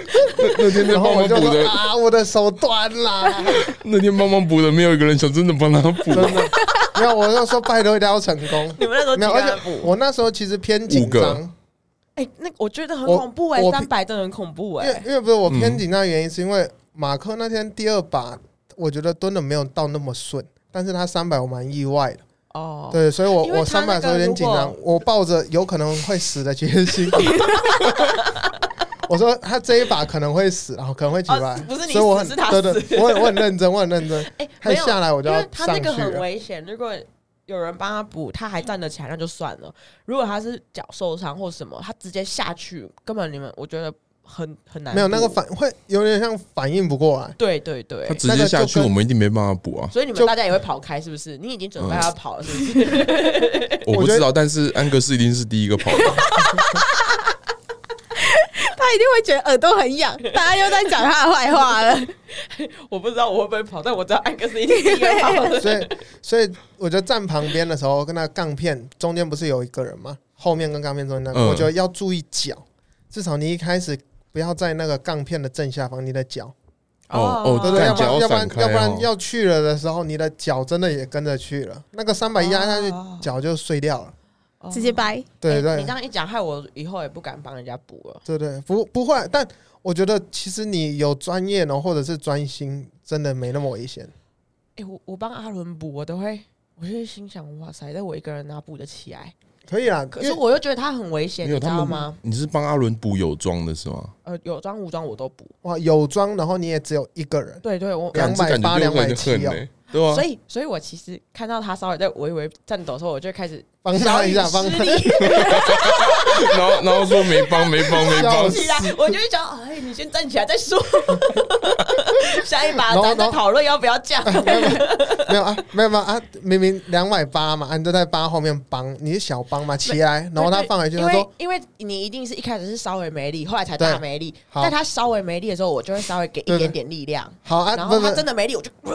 A: 那天在
B: 然
A: 帮
B: 后我
A: 忙
B: 就
A: 补
B: 说
A: 的，
B: 啊，我的手断啦，
A: 那天帮忙补的，没有一个人想真的帮他 补
B: 真，的，没有，我就说拜托一定要成功，
E: 你们那时候几啊
B: 没有，
E: 个
B: 而
E: 人
B: 且
E: 补？
B: 我那时候其实偏紧
A: 五个
B: 张，
E: 哎，那我觉得很
B: 我
E: 恐怖哎，
B: 我
E: 三百真的很恐怖
B: 因为
E: 哎。
B: 因为不是我偏
A: 嗯
B: 紧张的原因，是因为马克那天第二把，我觉得蹲的没有到那么顺，但是他三百我蛮意外的。
E: 哦，
B: 对，所以我
E: 因为
B: 我
E: 他
B: 三百
E: 那
B: 的时
E: 个
B: 候有点紧张
E: 如，
B: 我抱着有可能会死的决心。 我说他这一把可能会死，然后可能会几百，
E: 哦不是你
B: 所以我
E: 死
B: 很
E: 是他
B: 对对，
E: 死
B: 我很我很认真，我很认真。
E: 哎，
B: 他
E: 没
B: 一
E: 有，
B: 下来我就
E: 因
B: 要
E: 为他
B: 上
E: 那
B: 去
E: 个很
B: 了，
E: 危险，如果有人帮他补，他还站得起来，那就算了。如果他是脚受伤或什么，他直接下去，根本你们我觉得很很难补。
B: 没有那个反会有点像反应不过来。
E: 对对对
A: 他，直接下去，我们一定没办法补啊。
E: 所以你们
B: 就
E: 大家也会跑开，是不是？你已经准备要跑了，是不是？
A: 我不知道，但是安格斯一定是第一个 跑的。
C: 他一定会觉得耳朵很痒，大家又在讲他的坏话了。
E: 我不知道我会不会跑，但我知道安格斯一定是第一个跑 的。
B: 所以所以我觉得站旁边的时候，跟那个杠片中间不是有一个人吗？后面跟杠片中间那个，
A: 嗯
B: 我觉得要注意脚，至少你一开始不要在那个杠片的正下方，你的脚。
A: 哦哦
B: 对对，要
A: 站
B: 不
A: 起来要
B: 然要不然
A: 散开
B: 要不
A: 哦
B: 然要去了的时候，你的脚真的也跟着去了，那个三百压下去，
E: 哦
B: 脚就碎掉了。
E: 哦
C: 直接掰，
B: 对
E: 哎
B: 对
E: 你这样一讲，害我以后也不敢帮人家补了。
B: 对对，不不会，但我觉得其实你有专业呢，或者是专心，真的没那么危险。
E: 哎，我我帮阿伦补，我都会，我就会心想，哇塞，那我一个人哪补得起来？
B: 可以啦，
E: 可
B: 因
E: 是
B: 为
E: 我又觉得他很危险，
A: 没
E: 你
A: 有
E: 知
A: 他
E: 道
A: 们
E: 吗？？
A: 你是帮阿伦补泳装的是吗？
E: 呃，有装无装我都补。
B: 哇，有装，然后你也只有一个人，
E: 对对，啊我
B: 两百八
A: 感觉
B: 两百
A: 就
B: 七哦
A: 很欸，对吧？
E: 所以所以我其实看到他稍微在微微颤抖的时候，我就开始
B: 帮
E: 小
B: 他
E: 雨
B: 一下，帮
E: 失
B: 他
E: 礼
A: 然后然后说没帮没帮没帮
B: 笑
E: 起来，我就会想，哎，你先站起来再说， 下一把
B: 然后
E: 咱
B: 然
E: 再
B: 后
E: 讨论要不要这样。
B: 没有啊，没有没有啊，明明两百八嘛，啊你就在八后面帮，你是小帮嘛，起来，然后他
E: 对
B: 放回去，
E: 因
B: 他
E: 为
B: 说
E: 因为你一定是一开始是稍微没力，后来才大
B: 对
E: 没力。
B: 好
E: 但他稍微没力的时候，我就会稍微给一
B: 对对
E: 点点力量。
B: 好啊，
E: 然
B: 不
E: 后
B: 不
E: 他真的没力，我就
B: 是不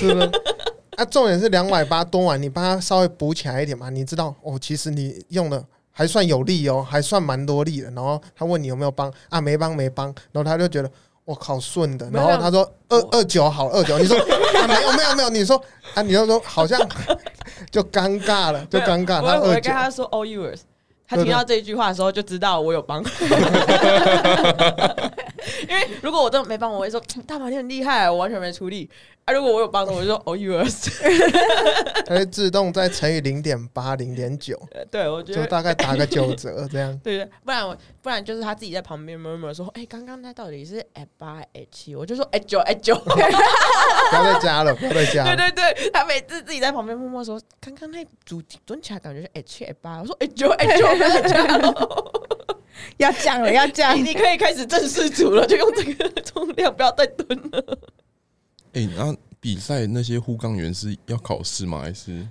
B: 是？啊，重点是两百八多完，你把它稍微补起来一点嘛，你知道哦，其实你用的还算有力哦，还算蛮多力的。然后他问你有没有帮啊，没帮没帮，然后他就觉得我靠顺的，
E: 没
B: 然
E: 有
B: 后他说二二九好二九，你说啊没有没有没有，你说啊你就说好像 就尴尬了， 就尴尬，
E: 我
B: 他
E: 我
B: 二
E: 会
B: 九
E: 跟。他说 all yours。他
B: 对
E: 听
B: 对
E: 到这一句话的时候就知道我 有帮，因为如果我真的没帮，我会说嗯大宝你很厉害，我完全没出力。啊，如果我有帮的，我就说，Oh, all yours。
B: 它会自动再乘以零点八、零点九，
E: 对，我觉
B: 就
E: 得。
B: 大概打个九折这样
E: 对对，不然我不然就是他自己在旁边 murmur 说，哎、刚刚他到底是 at 八 at 七，我就说 at 九 at 九。
B: 不要再加了，不要再加
E: 对
B: 了。
E: 对对，他每次自己在旁边默默说，刚刚那主题蹲起来感觉是 at 七 at 八，我说 at 九 at 九，不要加了。
C: 要讲了，要 讲
E: 哎你你可以开始正式组了，就用这个重量，不要再蹲了。
A: 哎、那比赛那些护杠员是要考试吗？还是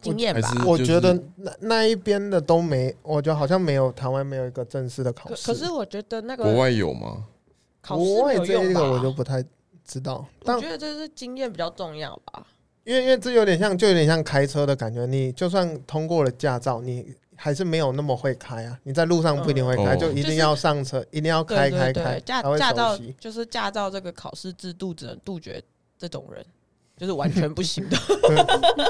E: 经验吧
A: 还。是
B: 我
A: 就是
B: 觉得那那一边的都没，我觉得好像没有台湾没有一个正式的考
E: 可
B: 试。
E: 可是我觉得那
A: 国
E: 个
A: 外有吗？
E: 考试
B: 国外
E: 有
B: 这
E: 用
B: 一
E: 吧？
B: 个我就不太知道，但
E: 我觉得这是经验比较重要吧。
B: 因为因为这有点像，就有点像开车的感觉。你就算通过了驾照，你还是没有那么会开啊。你在路上不一定会开，
A: 嗯
B: 就一
E: 就是
B: 定要上车，一定要开
E: 哦对对
B: 开
E: 对
B: 开，，
E: 驾
B: 才会
E: 驾
B: 熟
E: 照
B: 悉。
E: 就是驾照这个考试制度只能杜绝这种人，就是完全不行的。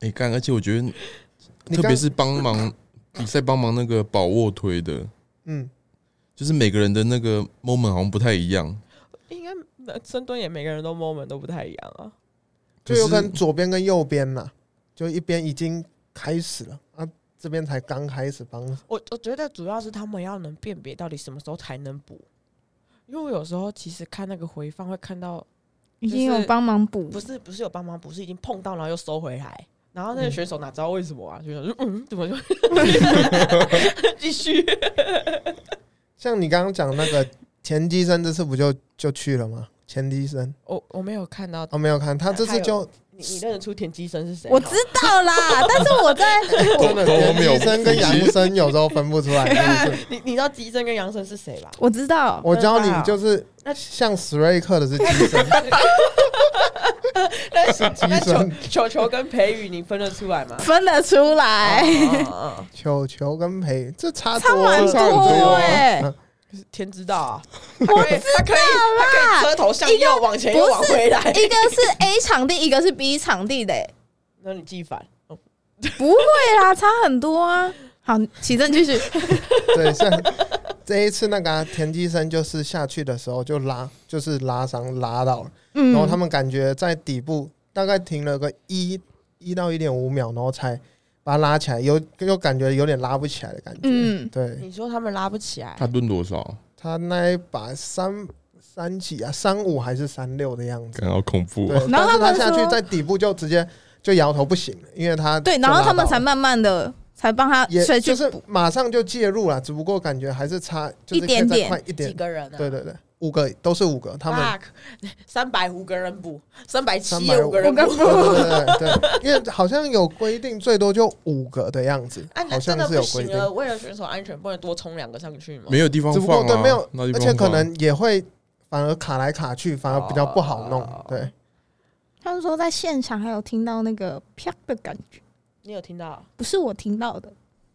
A: 哎、干，而且我觉得，
B: 你
A: 特
B: 刚
A: 别是帮忙比赛帮忙那个保卧推的，
B: 嗯，
A: 就是每个人的那个 moment 好像不太一样，
E: 应该深蹲也每个人都 moment 都不太一样啊。
B: 就有
A: 可
B: 可
A: 是
B: 能左边跟右边呐，就一边已经开始了啊，这边才刚开始帮。
E: 我我觉得主要是他们要能辨别到底什么时候才能补，因为我有时候其实看那个回放会看到
C: 已经有帮忙补，
E: 不是不是有帮忙，不是已经碰到然后又收回来，然后那个选手哪知道为什么啊？就想说嗯，怎么 就继续？
B: 像你刚刚讲那个田鸡生，这次不就就去了吗？田鸡生，
E: 我我没有看到
B: 我、没有看他这
E: 还
B: 次
E: 有
B: 就
E: 你，你认得出田鸡生是谁？
C: 我知道啦，但是我在？
B: 真的
A: 都
B: 田
A: 没有
B: 鸡生跟杨生有时候分不出来，是 不是？
E: 你你知道鸡生跟杨生是谁吧
C: 我知道，
B: 我教
E: 真的啊
B: 你就是
E: 那
B: 像史瑞克的是鸡生，
E: 那是
B: 鸡
E: 那
B: 生
E: 球球球跟培宇，你分得出来吗？
C: 分得出来，
E: 哦哦
B: 球 球跟培，这差
C: 差
B: 多
C: 蛮
B: 了，
A: 差很
C: 多
A: 多
C: 哎、
B: 嗯
E: 哦天知道啊！我
C: 我
E: 知道可以
C: 啦
E: 他可以车头向
C: 一个
E: 右往前
C: 不
E: 又
C: 是
E: 往回来，
C: 一个是 A 场地，一个是 B 场地的、欸，
E: 那你记反。哦
C: 不会啦，差很多啊。好，起正继续，
B: 对，像这一次那个啊田鸡生就是下去的时候就拉，就是拉伤拉到了，
C: 嗯，
B: 然后他们感觉在底部大概停了个一一到一点五秒，然后才把它拉起来，有又感觉有点拉不起来的感觉，
C: 嗯
B: 对
E: 你说他们拉不起来
A: 他，蹲多少？
B: 他那一把三三几啊，三五还是三六的样子。
A: 感好恐怖、
B: 对
A: 哦。，
C: 然后他
B: 但
C: 们
B: 是他下
C: 说
B: 去在底部就直接就摇头不行了，因为他
C: 对，
B: 就
C: 然后他
B: 拉
C: 们
B: 到
C: 才慢慢的才帮他，
B: 也
C: 所以去
B: 就是
C: 补
B: 马上就介入了，只不过感觉还是差就是
C: 一点
B: 可以
C: 点
B: 再快一
E: 几
B: 点，
E: 个人啊？
B: 对对对，五个都是五个，他们
E: 三百五个人补， 三百七
B: 350
E: 五个人
C: 啊五个
E: 补
B: 对。 对 对对对，因为好像有规定最多就五个的样子
E: 啊，，那
B: 好
E: 真的
B: 像是
E: 不
B: 有规
E: 行
B: 定，
E: 了。为了选手安全，不能多冲两个上去吗？
A: 没有地方
B: 只不过
A: 放
B: 对
A: 啊，
B: 没有
A: 那，地
B: 而
A: 方
B: 且可
A: 放
B: 能也会反而卡来卡去，反而比较不好弄
A: 啊
E: 哦，
B: 对。
C: 他们说在现场还有听到那个啪的感觉，
E: 你有听到？
C: 不是我听到的，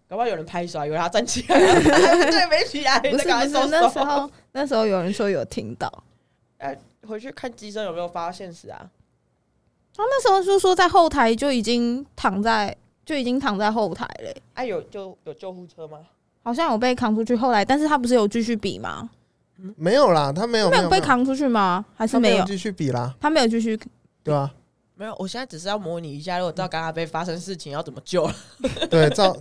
E: 搞不好有人拍手啊，以为他站起来 了，对，没起来，
C: 不是不
E: 再赶快
C: 是
E: 收手
C: 哎那时 候那时候有人说有听到，
E: 回去看机身有没有发现时啊？
C: 他那时候就说在后台就已经躺在就已经躺在后台欸嘞、
E: 哎，有就有救护车吗？
C: 好像有被扛出去，后来但是他不是有继续比吗？
B: 没有啦，他没有
C: 他哦没有被
B: 没
C: 扛出去吗？还是
B: 他没
C: 有？
B: 继续比啦，
C: 他没有继续，
B: 对吧？
E: 没有，我现在只是要模拟一下，如果到嘎嘎杯发生事情要怎么 救了。
B: 对， 照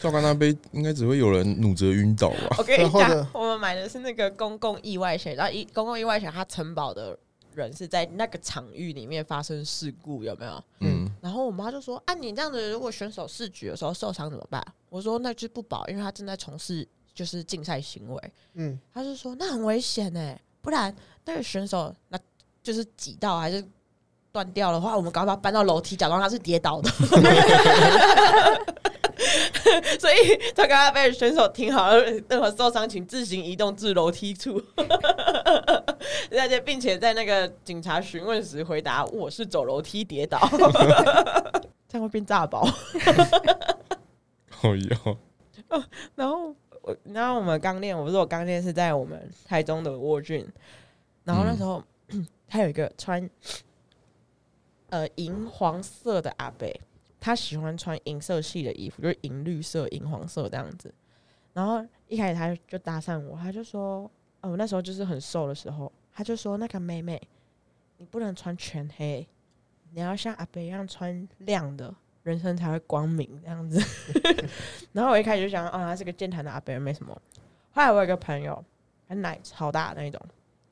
A: 照干那杯应该只会有人努着晕倒吧？
E: 我跟你
B: 或者
E: 讲，我们买的是那个公共意外险，然后一公共意外险它承保的人是在那个场域里面发生事故，有没有？
A: 嗯，
E: 然后我妈就说：“啊，你这样子，如果选手视觉的时候受伤怎么办？”我说：“那就不保，因为他正在从事就是竞赛行为。
B: 嗯，”
E: 她就说：“那很危险哎、不然那个选手那就是挤到还是断掉的话，我们赶快把他搬到楼梯，假装他是跌倒的。” 所以他刚刚被选手听好了，任何受伤请自行移动至楼梯处。而且，并且在那个警察询问时回答：“我是走楼梯跌倒。”这样会变炸包。
A: 好呀，
E: 然后我，然后我们刚练，我不是我刚练是在我们台中的沃郡，然后那时候、 他有一个穿呃银黄色的阿北，他喜欢穿银色系的衣服，就是银绿色、银黄色这样子。然后一开始他就搭讪我，他就说，呃，我那时候就是很瘦的时候，他就说那个妹妹，你不能穿全黑，你要像阿北一样穿亮的。人生才会光明这样子，然后我一开始就想，啊、他是个健谈的阿北，没什么。后来我有一个朋友，他奶超大的那种，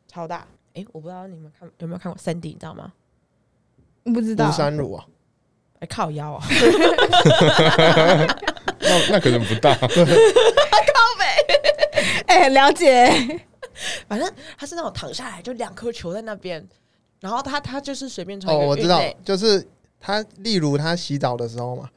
E: 超大。诶，我不知道你们看有没有看过 Sandy，你知道吗？
C: 不知道
B: 吴，山乳啊，
E: 哎、靠腰啊，
A: 那那可能不大，
C: 哎、很了解，
E: 反正他是那种躺下来就两颗球在那边，然后他他就是随便穿
B: 哦，
E: 一个
B: 我知道
E: 运内，
B: 就是他，例如他洗澡的时候嘛，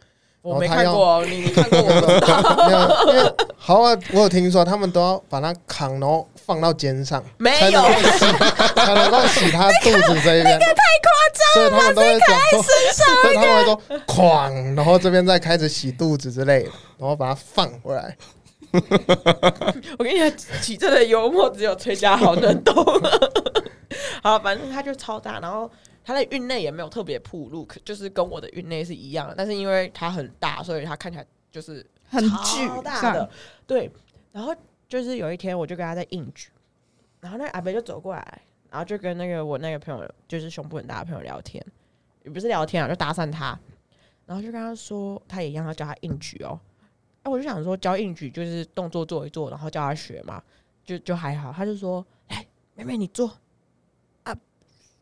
E: 我没
B: 然后他
E: 看
B: 要
E: 过哦，你你看过 我 不知道
B: 没有，因为好啊，我有听说他们都要把它扛，然后放到肩上，
E: 没
B: 才
E: 有
B: 能？够洗，才能够洗他肚子这一边。所以他们都会讲说， 所以他们会说“哐”，然后这边再开始洗肚子之类的，然后把它放回来。
E: 我跟你讲，奇正的幽默只有崔家豪能懂。 好，反正他就超大，然后他的运内也没有特别铺路，可就是跟我的运内是一样的，但是因为他很大，所以他看起来就是
C: 很巨
E: 超
C: 这
E: 大
C: 样
E: 的，对。然后就是有一天，我就跟他在硬举，然后那个阿北就走过来，然后就跟那个我那个朋友，就是胸部很大的朋友聊天，也不是聊天啊，就搭讪他，然后就跟他说，他也一样要教他硬举哦。哎、我就想说教硬举就是动作做一做，然后教他学嘛，就就还好。他就说，来，妹妹你做啊，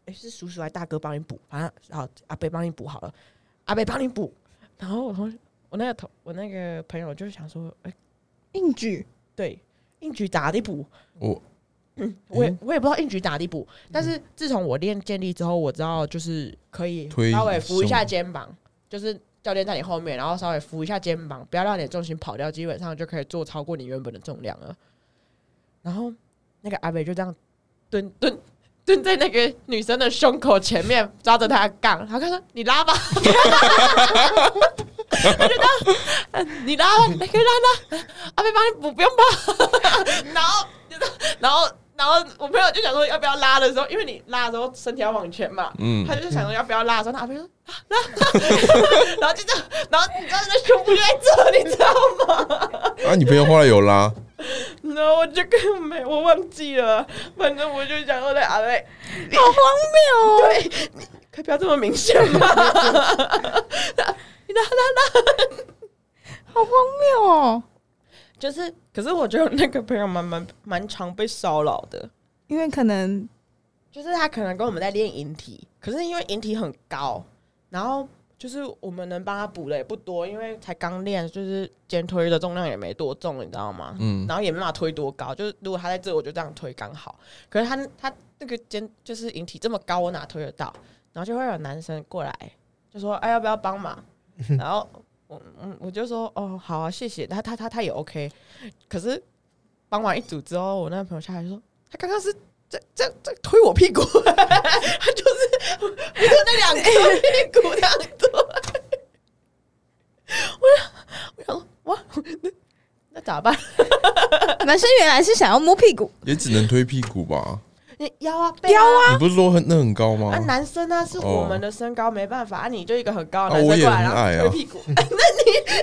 E: 哎、是叔叔还是大哥帮你补，反正好，阿北帮你补好了，阿北帮你补。然后我同学我那个同我那个朋友就是想说，哎、
C: 硬举，
E: 对，硬举咋地补？嗯
A: 我
E: 我也我也不知道硬举咋地补，但是自从我练健力之后，我知道就是可以
A: 推
E: 稍微扶一下
A: 胸
E: 肩膀，就是教练在你后面，然后稍微扶一下肩膀，不要让你的重心跑掉，基本上就可以做超过你原本的重量了。然后那个阿北就这样蹲蹲蹲在那个女生的胸口前面，抓着她的杠，他说：“你拉吧。” 我就这样，呃你拉吧，你可以拉拉，阿北帮你补，不用吧。 然后， 然后，然后我朋友就想说要不要拉的时候，因为你拉的时候身体要往前嘛，
A: 嗯
E: 他就想说要不要拉的时候， 那阿北说啊拉，然后就这样，然后你知道那胸部就在这，你知道吗？
A: 啊，你朋友后来有拉，
E: 然后我就跟没我忘记了，反正我就想说那阿北。
C: 好荒谬哦！
E: 对，你可以不要这么明显吗？
C: 好荒谬哦！
E: 就是，可是我觉得那个朋友蛮蛮蛮常被骚扰的，
C: 因为可能
E: 就是他可能跟我们在练引体，可是因为引体很高，然后就是我们能帮他补的也不多，因为才刚练，就是肩推的重量也没多重，你知道吗？
A: 嗯
E: 然后也没办法推多高，就是如果他在这，我就这样推刚好。可是他他那个肩就是引体这么高，我哪推得到？然后就会有男生过来就说：“哎，要不要帮忙？”然后我嗯我就说：“哦，好啊，谢谢。他”他他他也 OK。可是帮完一组之后，我那个朋友下来就说：“他刚刚是在在在推我屁股， 他就是不是那两个屁股这样推。”我想我想说哇，那那咋办？
C: 男生原来是想要摸屁股，
A: 也只能推屁股吧？
E: 你腰啊，腰啊，
A: 你不是说很那很高吗
E: 啊，？男生啊是我们的身高没办法，啊，你就一个很高的男
A: 哦啊我
E: 生
A: 也
E: 过来，
A: 很
E: 然
A: 矮
E: 后
A: 啊
E: 推屁股，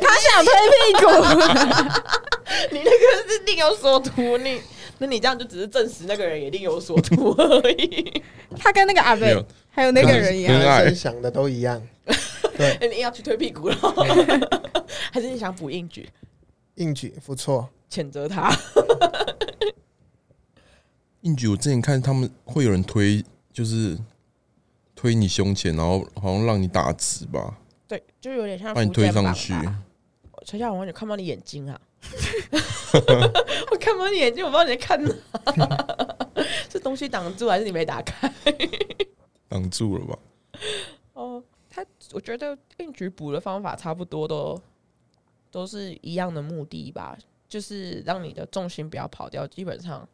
C: 他想推屁股。
E: 你那个是另有所图，你那你这样就只是证实那个人也另有所图而 已，
C: 他跟那个阿
A: 没
C: 贝
A: 有，
C: 还有那个人一样，
A: 很
B: 男
A: 矮
B: 生想的都一样，
E: 哎你要去推屁股 了，还是你想补硬举，
B: 硬举不错。
E: 谴责他？
A: 硬举我之前看他们会有人推，就是推你胸前，然后好像让你打直吧，
E: 对，就有点像
A: 把你
E: 福
A: 推
E: 建
A: 上
E: 棒
A: 去。
E: 吧陈小文，你看不到你眼 睛啊！我看不到你眼睛，我不知道你在看哪， 是东西挡住还是你没打开？
A: 挡住了吧？
E: 哦，他我觉得硬举补的方法差不多都都是一样的目的吧，就是让你的重心不要跑掉。基本上，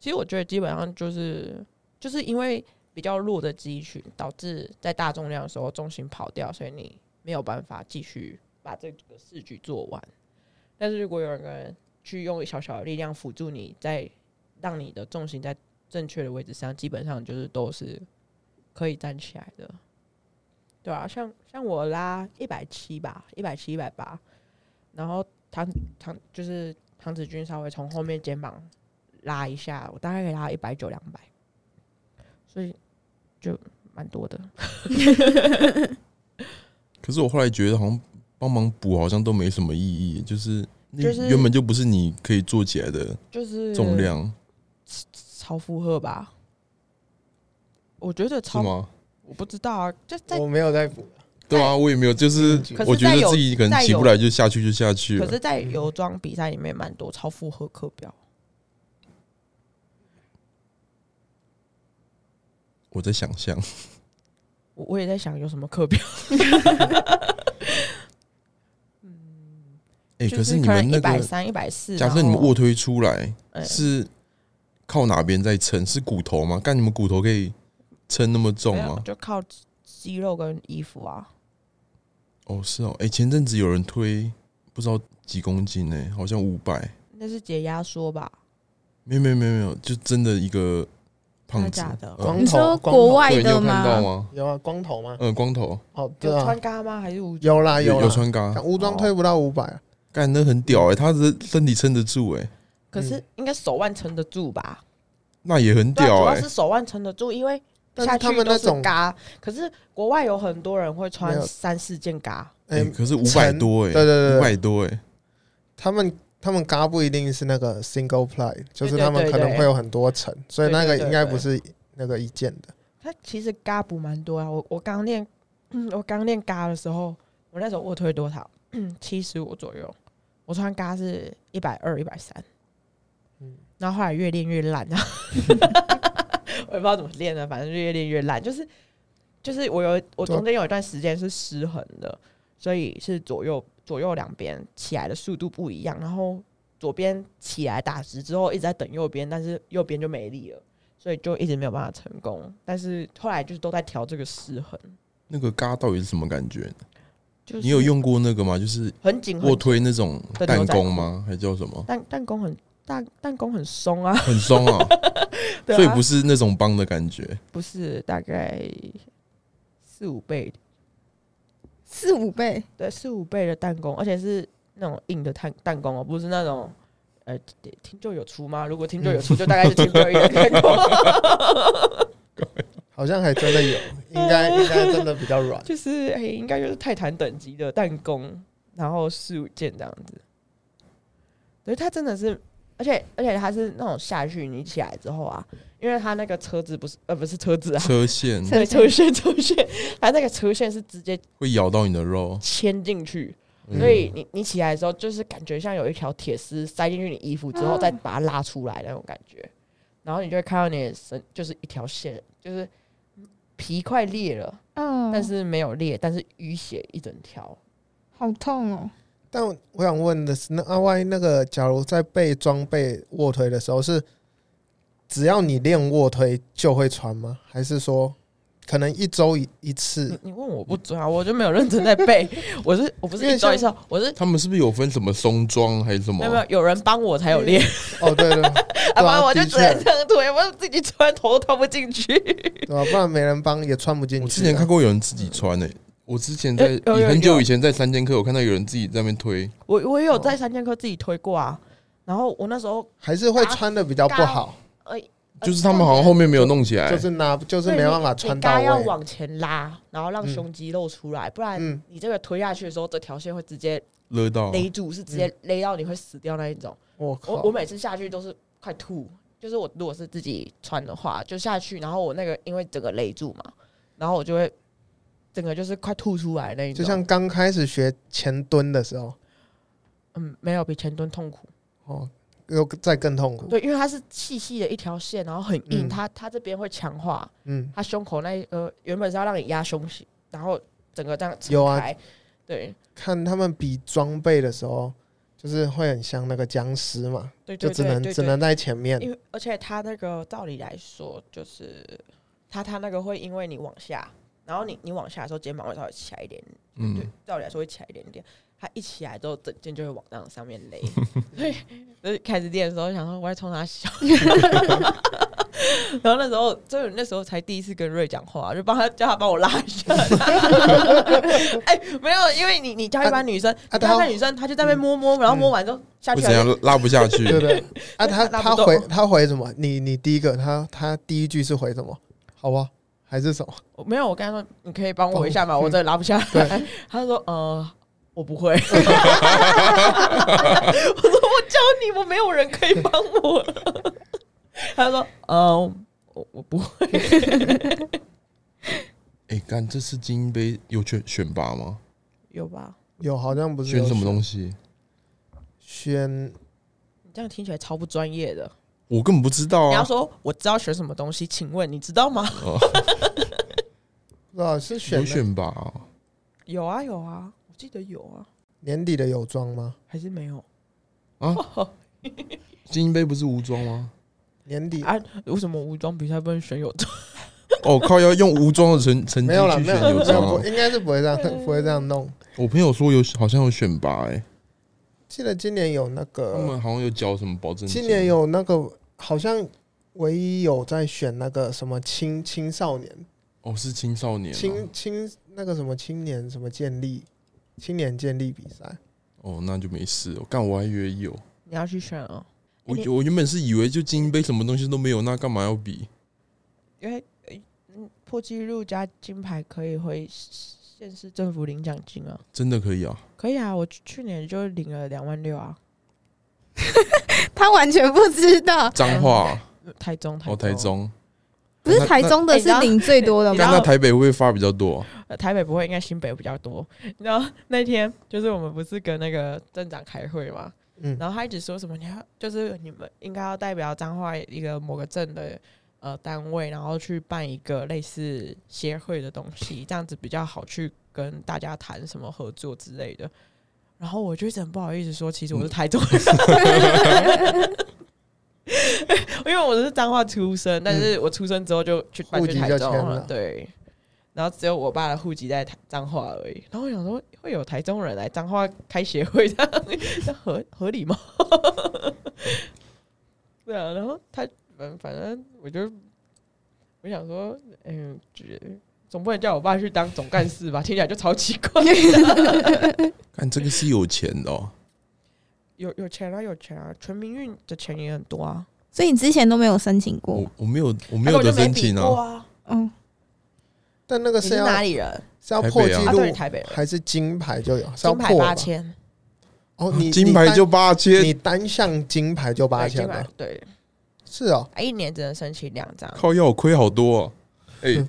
E: 其实我觉得基本上就是就是因为比较弱的肌群，导致在大重量的时候重心跑掉，所以你没有办法继续把这个四局做完。但是如果有人去用小小的力量辅助你，再让你的重心在正确的位置上，基本上就是都是可以站起来的。对啊，像像我拉一百七吧，一百七、一百八，然后唐唐就是唐子君稍微从后面肩膀拉一下，我大概可以拉一百九、两百，所以就蛮多的。
A: 可是我后来觉得好像帮忙补好像都没什么意义，就是那
E: 就是
A: 原本就不是你可以做起来的
E: 就是
A: 重量，
E: 超负荷吧？我觉得
A: 是
E: 超，
A: 吗？
E: 我不知道啊，就在
B: 我没有在补，
A: 对啊，我也没有，就是
E: 可是
A: 我觉
E: 在
A: 得
E: 有
A: 自己可能
E: 在
A: 起不
E: 有
A: 来就下去就下去
E: 可
A: 了。
E: 是，在游装比赛里面蛮多超负荷课表，
A: 我在想象，
E: 我我也在想有什么课表，
A: 哎，
E: 就
A: 可是你
E: 可能
A: 们那
E: 一百
A: 个，
E: 三、一百四，
A: 假设
E: 然
A: 你们
E: 后
A: 卧推出来
E: 哎
A: 是靠哪边在撑？是骨头吗？干你们骨头可以撑那么重
E: 没有
A: 吗？
E: 就靠肌肉跟衣服啊，
A: 哦，是哦，哎，前阵子有人推不知道几公斤哎，好像五百，
E: 那是解压缩吧？
A: 没有没有没有没有，就真的一个胖子
E: 真的假的，
A: 嗯
B: 光
C: 你说
B: 头，
C: 国外
A: 对，你有
C: 的
A: 看到
C: 吗？
A: 吗？
B: 有啊，光头吗？
A: 嗯，光头
B: 哦，对
E: 有
B: 啊
E: 穿，嘎吗？还是无
B: 有啊啦
A: 有
B: 啦
A: 有，穿嘎，
B: 但无装推不到五百，啊
A: 干那很屌哎、他的身体撑得住哎、
E: 可
B: 嗯
E: 是应该手腕撑得住吧？
A: 那也很
E: 对啊，
A: 屌
E: 主要
A: 哎、
E: 是手腕撑得住，因为
B: 但是
E: 下
B: 他
E: 去
B: 们
E: 都
B: 那
E: 是
B: 种
E: 嘎。可是国外有很多人会
B: 没
E: 穿
B: 有
E: 三四件嘎，
A: 哎、
B: 哎，
A: 可是五百
B: 撑
A: 多哎、
B: 对对对
A: 五
B: 对，
A: 百多哎、
B: 他们他们嘎不一定是那个 single ply，就是
E: 对
B: 他们
E: 对
B: 可能
E: 对
B: 会有很多层，所以
E: 对
B: 那个
E: 对对
B: 应该
E: 对
B: 不是那个一件的。
E: 它其实嘎补蛮多啊。我我刚练， 嗯，我刚练嘎的时候，我那时候卧推多少？ 七十五左右。我穿嘎是一百二、一百三。
B: 嗯
E: 然后后来越练越烂，然后 我也不知道怎么练啊的，反正就越练越烂。就是就是我有我中间有一段时间是失衡的，所以是左右左右两边起来的速度不一样，然后左边起来打直之后一直在等右边，但是右边就没力了，所以就一直没有办法成功。但是后来就是都在调这个失衡，
A: 那个嘎到底是什么感觉？
E: 就是
A: 你有用过那个吗？就是
E: 很紧
A: 卧
E: 很紧，
A: 推那种
E: 对
A: 弹
E: 牛仔
A: 弓吗？还叫什 么？
E: 但但弓很但但弓很松啊，
A: 很松啊，
E: 对啊
A: 所以不是那种帮的感觉。
E: 不是大概四五倍
C: 四五倍，
E: 对，四五倍的弹弓，而且是那种硬的弹弹弓哦，不是那种呃，听听就有出吗？如果听就有
A: 嗯
E: 出，就大概是听就有弹弓，
B: 好像还真的有，应该应该真的比较软。
E: 就是、哎，应该就是泰坦等级的弹弓，然后四五件这样子。对，它真的是，而且而且它是那种下去你起来之后啊，因为它那个车子不是呃不是车子啊，
A: 车线
E: 对车线车线，它那个车线是直接
A: 会咬到你的肉，
E: 牵进去，
A: 嗯
E: 所以你你起来的时候，就是感觉像有一条铁丝塞进去你衣服之后，再把它拉出来那种感觉，然后你就会看到你的身就是一条线，就是皮快裂了，
C: 嗯，
E: 但是没有裂，但是淤血一整条。
C: 好痛哦。
B: 但我想问的是，那阿万一那个，假如在背装备卧推的时候，是只要你练卧推就会穿吗？还是说可能一周一一次
E: 你？你问我不准啊，我就没有认真在背， 我是我不是
B: 因为
E: 一招一
B: 像
E: 招，我是
A: 他们是不是有分什么松装还是什么
E: 没有没？有有人帮我才有裂，
B: 哦，对对，
E: 要不然
B: 啊
E: 我就
B: 的
E: 只能
B: 确
E: 这样推，我自己穿头都套不进去。
B: 对吧、不然没人帮也穿不进去啊。
A: 我之前看过有人自己穿诶、我之前在
E: 呃有有有
A: 很久以前在三剑客，我看到有人自己在那边推，
E: 我我也有在三剑客自己推过啊，然后我那时候
B: 还是会穿的比较不好，
E: 呃
A: 就是他们好像后面没有弄起来，
B: 就是拿就是
E: 对
B: 没
E: 你
B: 办法
E: 你
B: 穿
E: 嘎
B: 到
E: 要
B: 位。
E: 往前拉，然后让胸肌露出来，不然
B: 嗯哦
E: 你这个推下去的时候，这条线会直接
A: 勒到。
E: 勒住，是直
B: 嗯
E: 接勒到你会死掉那一种。
B: 我
E: 我
B: 靠
E: 我！每次下去都是快吐，就是我如果是自己穿的话，就下去，然后我那个因为整个勒住嘛，然后我就会整个就是快吐出来那一种。
B: 就像刚开始学前蹲的时候，
E: 嗯，没有比前蹲痛苦。
B: 哦，又再更痛苦。
E: 对，因为它是细细的一条线，然后很
B: 哦
E: 硬，
B: 嗯
E: 它它这边会强化，
B: 嗯，
E: 呃他胸口那一个原本是要让你压胸型，然后整个这样撑
B: 有啊
E: 开。对
B: 看他们比装备的时候，就是会很像那个僵尸嘛，
E: 对
B: 就
E: 对
B: 只
E: 对
B: 能
E: 对
B: 只
E: 对
B: 能在前面
E: 因。为而且他那个道理来说，就是他他那个会因为你往下，然后你你往下的时候肩膀会稍微起来一点，对
A: 嗯，，
E: 道理来说会起来一点点。他一起来之后，整件就会往那上面 勒。所以就是开始练的时候，想说我在冲他笑。 然后那时候，就是那时候才第一次跟瑞讲话，就帮他叫他帮我拉一下。 哎、没有，因为你你教一般女生，
B: 啊
E: 你教一
B: 他嗯
E: 般女生，她就在那边摸摸，然后摸完之后下
A: 会
E: 去
A: 怎样
E: 了。
A: 拉不下去？
B: 对不 对？啊，他
E: 拉不
B: 他
E: 动
B: 回他回什么？你你第一个他他第一句是回什么？好吧，还是什么？
E: 我没有，我跟他说你可以帮我一下吗？我真的拉不下
B: 对
E: 来。他就说呃。我不 会，我说我教你，我没有人可以帮我了。他说：“呃，我我不会，
A: 哎，干，这次精英杯有选选拔吗？
E: 有吧？
B: 有好像不是
A: 选什么东
B: 西？
A: 西？
B: 选
E: 你这样听起来超不专业的。
A: 我根本不知道
E: 你要
A: 啊。
E: 说我知道选什么东西，请问你知道吗？
A: 哦
B: 啊是选
A: 有
B: 那
A: 选拔哦，
E: 有啊，有啊，我记得有啊，
B: 年底的泳装吗？
E: 还是没有
A: 精英杯不是无装吗？
B: 年底
E: 啊？为什么武装比赛不能选有装？
A: 哦，靠，要用无装的 成成绩
B: 没有啦，
A: 去
B: 没
A: 选
B: 有没
A: 有装
B: 有，
A: 啊
B: 不。应该是不会这样，
E: 嗯
B: 不会这样弄。
A: 我朋友说有，好像有选拔，哎，
B: 记得今年有那
A: 他
B: 个，
A: 们好像有缴什么保证金。
B: 今呃年有那个，好像唯一有在选那个什么青青少年、
A: 哦，是青少年啊
B: 青青那个什么青年什么建立青年建立比赛，
A: 哦，那就没事。我干，我还以为有。
E: 你要去选啊，
A: 我
E: 你
A: 我原本是以为就精英杯什么东西都没有，那干嘛要比？
E: 因为呃嗯，破纪录加金牌可以回县市政府领奖金啊，
A: 真的可以啊？
E: 可以啊，我去去年就领了两万六啊，
C: 他完全不知道，
A: 彰化啊、
E: 嗯台中，
A: 哦，台，中，
C: 不是
A: 那
C: 台中的是领最多的
E: 哎你知
A: 干
C: 吗？
E: 道
A: 那台北会不会发比较多啊、
E: 呃台北不会，应该新北比较多。然后那天就是我们不是跟那个镇长开会嘛，
B: 嗯，
E: 然后他一直说什么你要就是你们应该要代表彰化一个某个镇的呃单位，然后去办一个类似协会的东西，这样子比较好去跟大家谈什么合作之类的。然后我就一直很不好意思说，其实我是台中人， 因为我是彰化出生，但是我出生之后就去搬
B: 户
E: 去
B: 籍
E: 台
B: 就
E: 中啊
B: 迁了
E: 对。然后只有我爸的户籍在台彰化而已，然后我想说会有台中人来彰化开协会，这样 这合合理吗？ 对啊，然后他反反正我就我想说，嗯、只总不能叫我爸去当总干事吧？听起来就超奇怪。
A: 看这个是有钱的、哦，
E: 有有钱啊，有钱啊！全民运的钱也很多啊，
C: 所以你之前都没有申请过
A: 我，我没有我没有得申请
E: 那我就没比过
A: 啊，
E: 啊！
C: 嗯，
B: 但那个是
E: 你是
B: 要
E: 哪里人？
B: 是要破纪
A: 台北啊
E: 啊，对，
B: 录
E: 你台北人，
B: 还是金牌就有？是要
E: 金牌
B: 破
E: 八
B: 吧
E: 千，
B: 哦，你
A: 金牌就八
B: 你单你
A: 千，
B: 单项金牌就八
E: 对金
B: 千
E: 牌
B: 了，
E: 对，
B: 是哦，
E: 啊一年只能申请两张。
A: 靠要我亏好多、啊。哎、
B: 嗯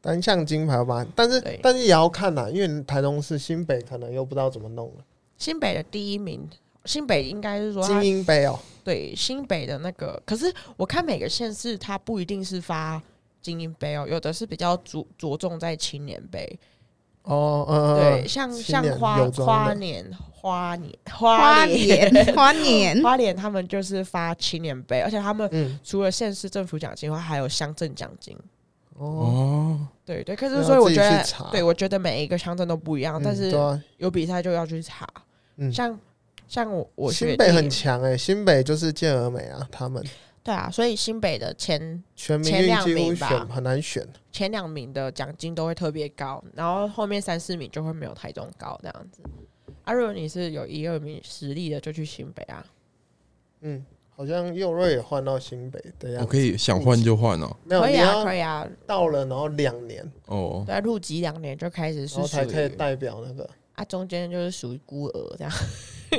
B: 单项金牌吧，但是
E: 对
B: 但是也要看呐，因为台中市新北可能又不知道怎么弄了。
E: 新北的第一名，新北应该是说他
B: 精英杯哦，
E: 对新北的那个，可是我看每个县市它不一定是发精英杯哦，有的是比较着着重在青年杯。
B: 哦，嗯，
E: 对，
B: 嗯
E: 像
B: 青
E: 像
B: 年
E: 花
B: 有装的
E: 花年花年
C: 花
E: 莲
C: 莲，花莲，
E: 花莲他们就是发青年杯，而且他们
B: 嗯，
E: 除了县市政府奖金的话，还有乡镇奖金。
B: 哦，
A: 哦，
E: 对对，可
B: 那
E: 是
B: 要
E: 所以我
B: 啊自己
E: 觉得
B: 去查，
E: 对我觉得每一个乡镇都不一样，
B: 嗯
E: 但是
B: 对啊
E: 有比赛就要去查。
B: 嗯
E: 像像我我学
B: 新北
E: 弟
B: 很强哎，新北就是健儿美啊，他们
E: 对啊，所以新北的前
B: 全民
E: 前
B: 运
E: 两
B: 几乎
E: 名吧
B: 选很难选，
E: 前两名的奖金都会特别高，然后后面三四名就会没有台中高这样子。啊，如果你是有一二名实力的，就去新北啊。
B: 嗯，好像佑瑞也换到新北的样
A: 我
B: 子，
A: 可以想换就换哦、
B: 没有，
E: 可
B: 你
E: 以啊，可
B: 要
E: 以啊，
B: 到了然后两年，
A: 哦，
E: 对啊，入籍两年就开始
B: 然
E: 是
B: 后
E: 属
B: 才可以
E: 于
B: 代表那个。
E: 啊，中间就是属于孤儿这样，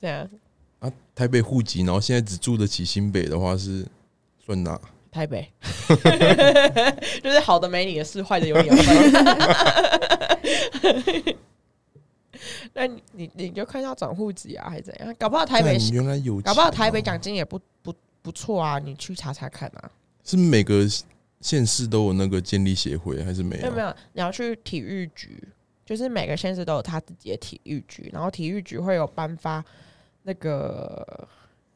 E: 这样
A: 啊，台北户籍，然后现在只住得起新北的话是算哪？
E: 台北， 就是好的没你的事， 坏的有你的份。那你你你就看要转户籍啊，还是怎样？搞不好台北
A: 干原来有、啊
E: 搞不好
A: 哦
E: 台北奖，金也不不不错啊，你去查查看啊。
A: 是每个县市都有那个建立协会还是没
E: 没有
A: 有？
E: 没有，你要去体育局，就是每个县市都有他自己的体育局，然后体育局会有颁发那个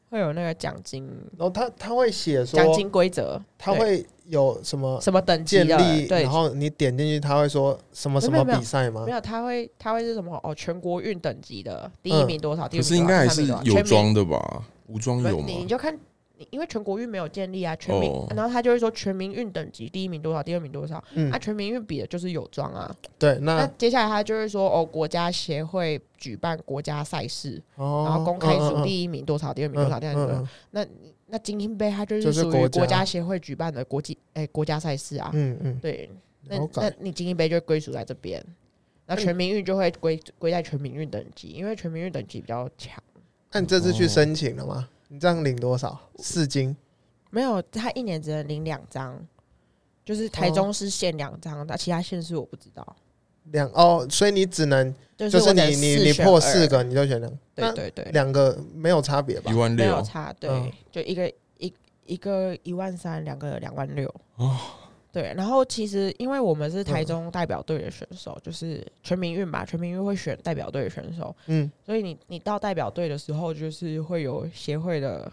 E: 会有那个奖金
B: 然后他他会写说，
E: 奖金规则，
B: 他
E: 对
B: 会有什么
E: 什么等级
B: 建
E: 的
B: 立，
E: 对
B: 然。后你点进去，他会说什么什
E: 没
B: 么
E: 有没有
B: 比赛吗
E: 没？有，他会他会是什么？哦，全国运等级的第一名多少？第
A: 嗯
E: 五
A: 可是
E: 名
A: 应该还
E: 多少
A: 是
E: 第三名多少
A: 有
E: 全民
A: 装的吧？无装有
E: 不是你你
A: 吗？
E: 就看，你因为全国运没有建立啊，全民，
A: 哦
E: 然后他就会说全民运等级第一名多少，第二名多少，
B: 嗯
E: 啊，，全民运比的就是有装啊。
B: 对，
E: 那
B: 那
E: 接下来他就会说，哦，国家协会举办国家赛事，
B: 哦，
E: 然后公开
B: 嗯
E: 数，第一名多少，第二名多少，第三名多少。那那精英杯它就
B: 就是是
E: 属于
B: 国
E: 国
B: 家
E: 家协会举办的国际哎国家赛事啊，
B: 嗯嗯嗯，
E: 对，那
B: 了
E: 那
B: 解。
E: 你精英杯就会归属在这边。那全民运就会归归在全民运等级，因为全民运等级比较强。
B: 那你这次去申请了吗？你这样领多少？四金
E: 没有，他一年只能领两张，就是
B: 哦
E: 台中市限两张，那、其他县市我不知道。
B: 两哦，所以你只能
E: 就
B: 就是
E: 我
B: 你
E: 得
B: 你
E: 四
B: 你
E: 选
B: 破
E: 二
B: 四，个你就选两，
E: 对对对
B: 那，两个没有差别吧
A: 一？万
E: 没
A: 六
E: 有，差，对，
B: 嗯
E: 就一个一一个一万三，两个两万六。
A: 哦
E: 对，然后其实因为我们
B: 嗯
E: 是台中代表队的选手，就是全民运吧，全民运会选代表队的选手，
B: 嗯，
E: 所以你你到代表队的时候，就是会有协会的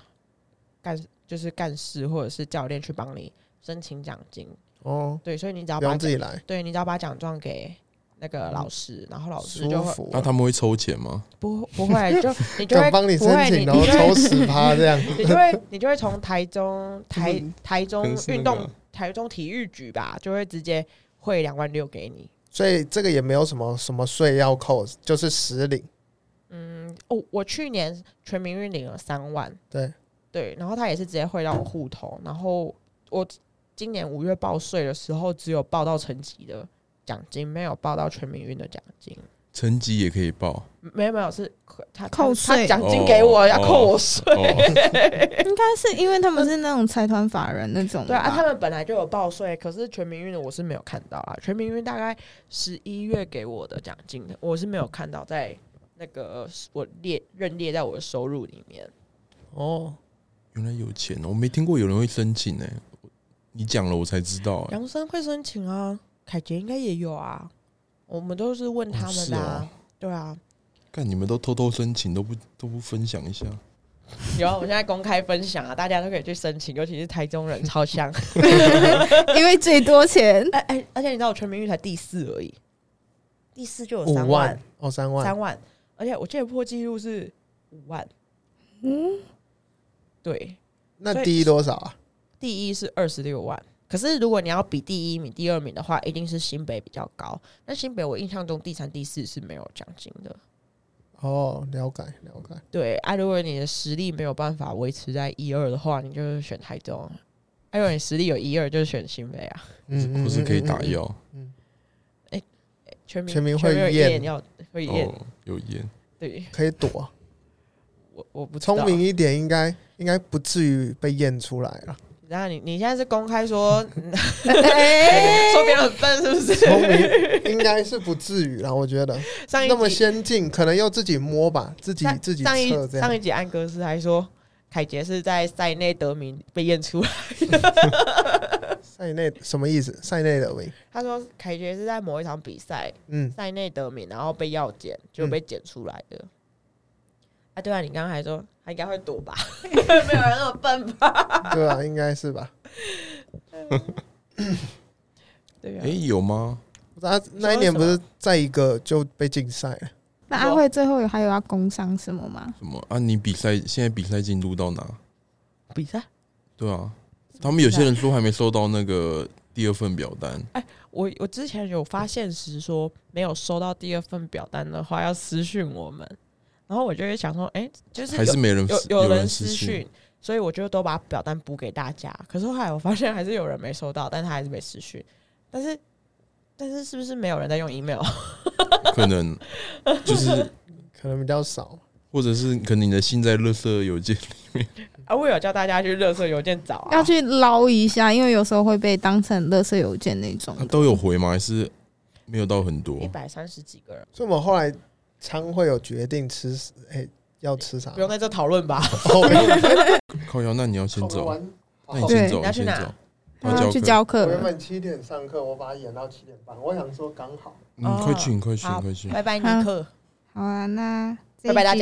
E: 干就是干事或者是教练去帮你申请奖金，
B: 哦，
E: 对，所以你只要
B: 不
E: 把
B: 用自己来，
E: 对你只要把奖状给那个老师，然后老师
B: 舒
E: 就会
B: 服
A: 那。他们会抽钱吗？
E: 不不会 就你就
B: 敢
E: 会
B: 帮你
E: 不
B: 申
E: 会
B: 请，
E: 你
B: 然后
E: 你就会
B: 抽 十趴这样，
E: 你就会你就会从台中
C: 嗯
E: 台台中
A: 跟是那
E: 运
A: 个
E: 动台中体育局吧，就会直接汇两万六给你。
B: 所以这个也没有什么什么税要扣，就是实领。
E: 嗯，哦，我去年全民运领了三万，
B: 对
E: 对，然后他也是直接汇到我户头，然后我今年五月报税的时候，只有报到成绩的奖金，没有报到全民运的奖金。
A: 成绩也可以 报。
E: 没有没有，是他他
C: 扣
E: 他
C: 税
E: 奖金给我、
A: 哦
E: 要扣我税。
A: 哦，
C: 应该是因为他们是那种财团法人那种的
E: 对啊，
C: 吧
E: 他们本来就有报税，可是全民运的我是没有看到啊。全民运大概十一月给我的奖金，我是没有看到在那个我列认列在我的收入里面。
B: 哦，
A: 原来有钱哦，我没听过有人会申请哎，你讲了我才知道哎。
E: 杨生会申请啊，凯杰应该也有啊，我们都是问他们的、
B: 哦
E: 啊。对啊，
A: 看你们都偷偷申请，都不都不分享一下，
E: 有啊，我现在公开分享啊，大家都可以去申请，尤其是台中人超香。
C: 因为最多钱，
E: 哎哎，而且你知道我全民运才第四而已，第四就有
B: 五
E: 三
B: 万哦，三万，
E: 三万，而且我记得破纪录是五万。
C: 嗯，
E: 对，
B: 那
E: 所以
B: 第一多少啊？
E: 第一是二十六万。可是如果你要比第一名、第二名的话，一定是新北比较高。那新北我印象中第三、第四是没有奖金的。
B: 哦，了解了解。
E: 对，啊，如果你的实力没有办法维持在一二的话，你就是选台中；，啊，如果你实力有一二，就是选新北啊。
B: 嗯，
A: 或是可以打哦
B: 药。
A: 药
E: 全民
B: 全民会
E: 嗯有
B: 验
E: 验要会验，
A: 哦，有烟。
E: 对
B: 嗯可以躲，
E: 我我不知道
B: 聪明。一点应该应该不至于被验出来啊了。
E: 然后你你现在是公开说 说
C: 哎
E: 别人很笨是 不
B: 聪
E: 是？
B: 明应该是不至于啦，我觉得
E: 上一
B: 那么
E: 集
B: 先进，可能要自己摸吧，自己
E: 上
B: 自己
E: 上一
B: 测这
E: 上
B: 样。
E: 一集安格斯还说，凯杰是在赛内得名被验出来。
B: 赛内什么意思？赛内的喂，
E: 他说凯杰是在某一场比赛
B: 嗯，
E: 赛内得名，然后被药检就被检出来的。啊，对啊，你刚刚还说他应该会躲吧？没有人那么笨吧？
B: 对啊，应该是吧？
E: 对啊
A: 哎，，有吗？
B: 他那一年不是再一个就被禁赛了，
C: 那阿慧最后有还有要工商什么吗？
A: 什么啊？你比赛现在比赛进度到哪？
E: 比赛
A: 对啊，他们有些人说还没收到那个第二份表单，
E: 我我之前有发现时说没有收到第二份表单的话，要私讯我们。然后我就会想说，哎、就是
A: 还是
E: 有
A: 没人
E: 有有人
A: 人
E: 私
A: 私
E: 讯，所以我就都把表单补给大家。可是后来我发现还是有人没收到，但他还是没私讯。但是但是是不是没有人在用 email？
A: 可能就是
B: 可能比较少。
A: 或者是可能你的信在垃圾邮 件
E: 啊，我有叫大家去垃圾邮件找啊，
C: 要去捞一下，因为有时候会被当成垃圾邮件那种
A: 啊。都有回吗？还是没有到很
E: 一
A: 多？
E: 百三十几个人，
B: 所以我们后来常会有决定吃，哎、要吃啥？
E: 不用在这讨论吧？
B: 哦，不用
A: 靠腰，那你要先走，
B: 玩
A: 那你
C: 对
A: 先
E: 你
A: 走，
E: 要
A: 你
E: 去
A: 先
E: 哪
A: 走。要
C: 他
A: 教
C: 去
A: 课
C: 教
B: 我
C: 课
B: 原
C: 了。
B: 本七点上课，我把它演到七点半，我想说刚好。
E: 哦
A: 嗯，快去，快去，
F: 好
A: 快去。
F: 拜拜，尼
C: 啊
F: 克。
C: 好啊，那这一
F: 拜拜大
C: 集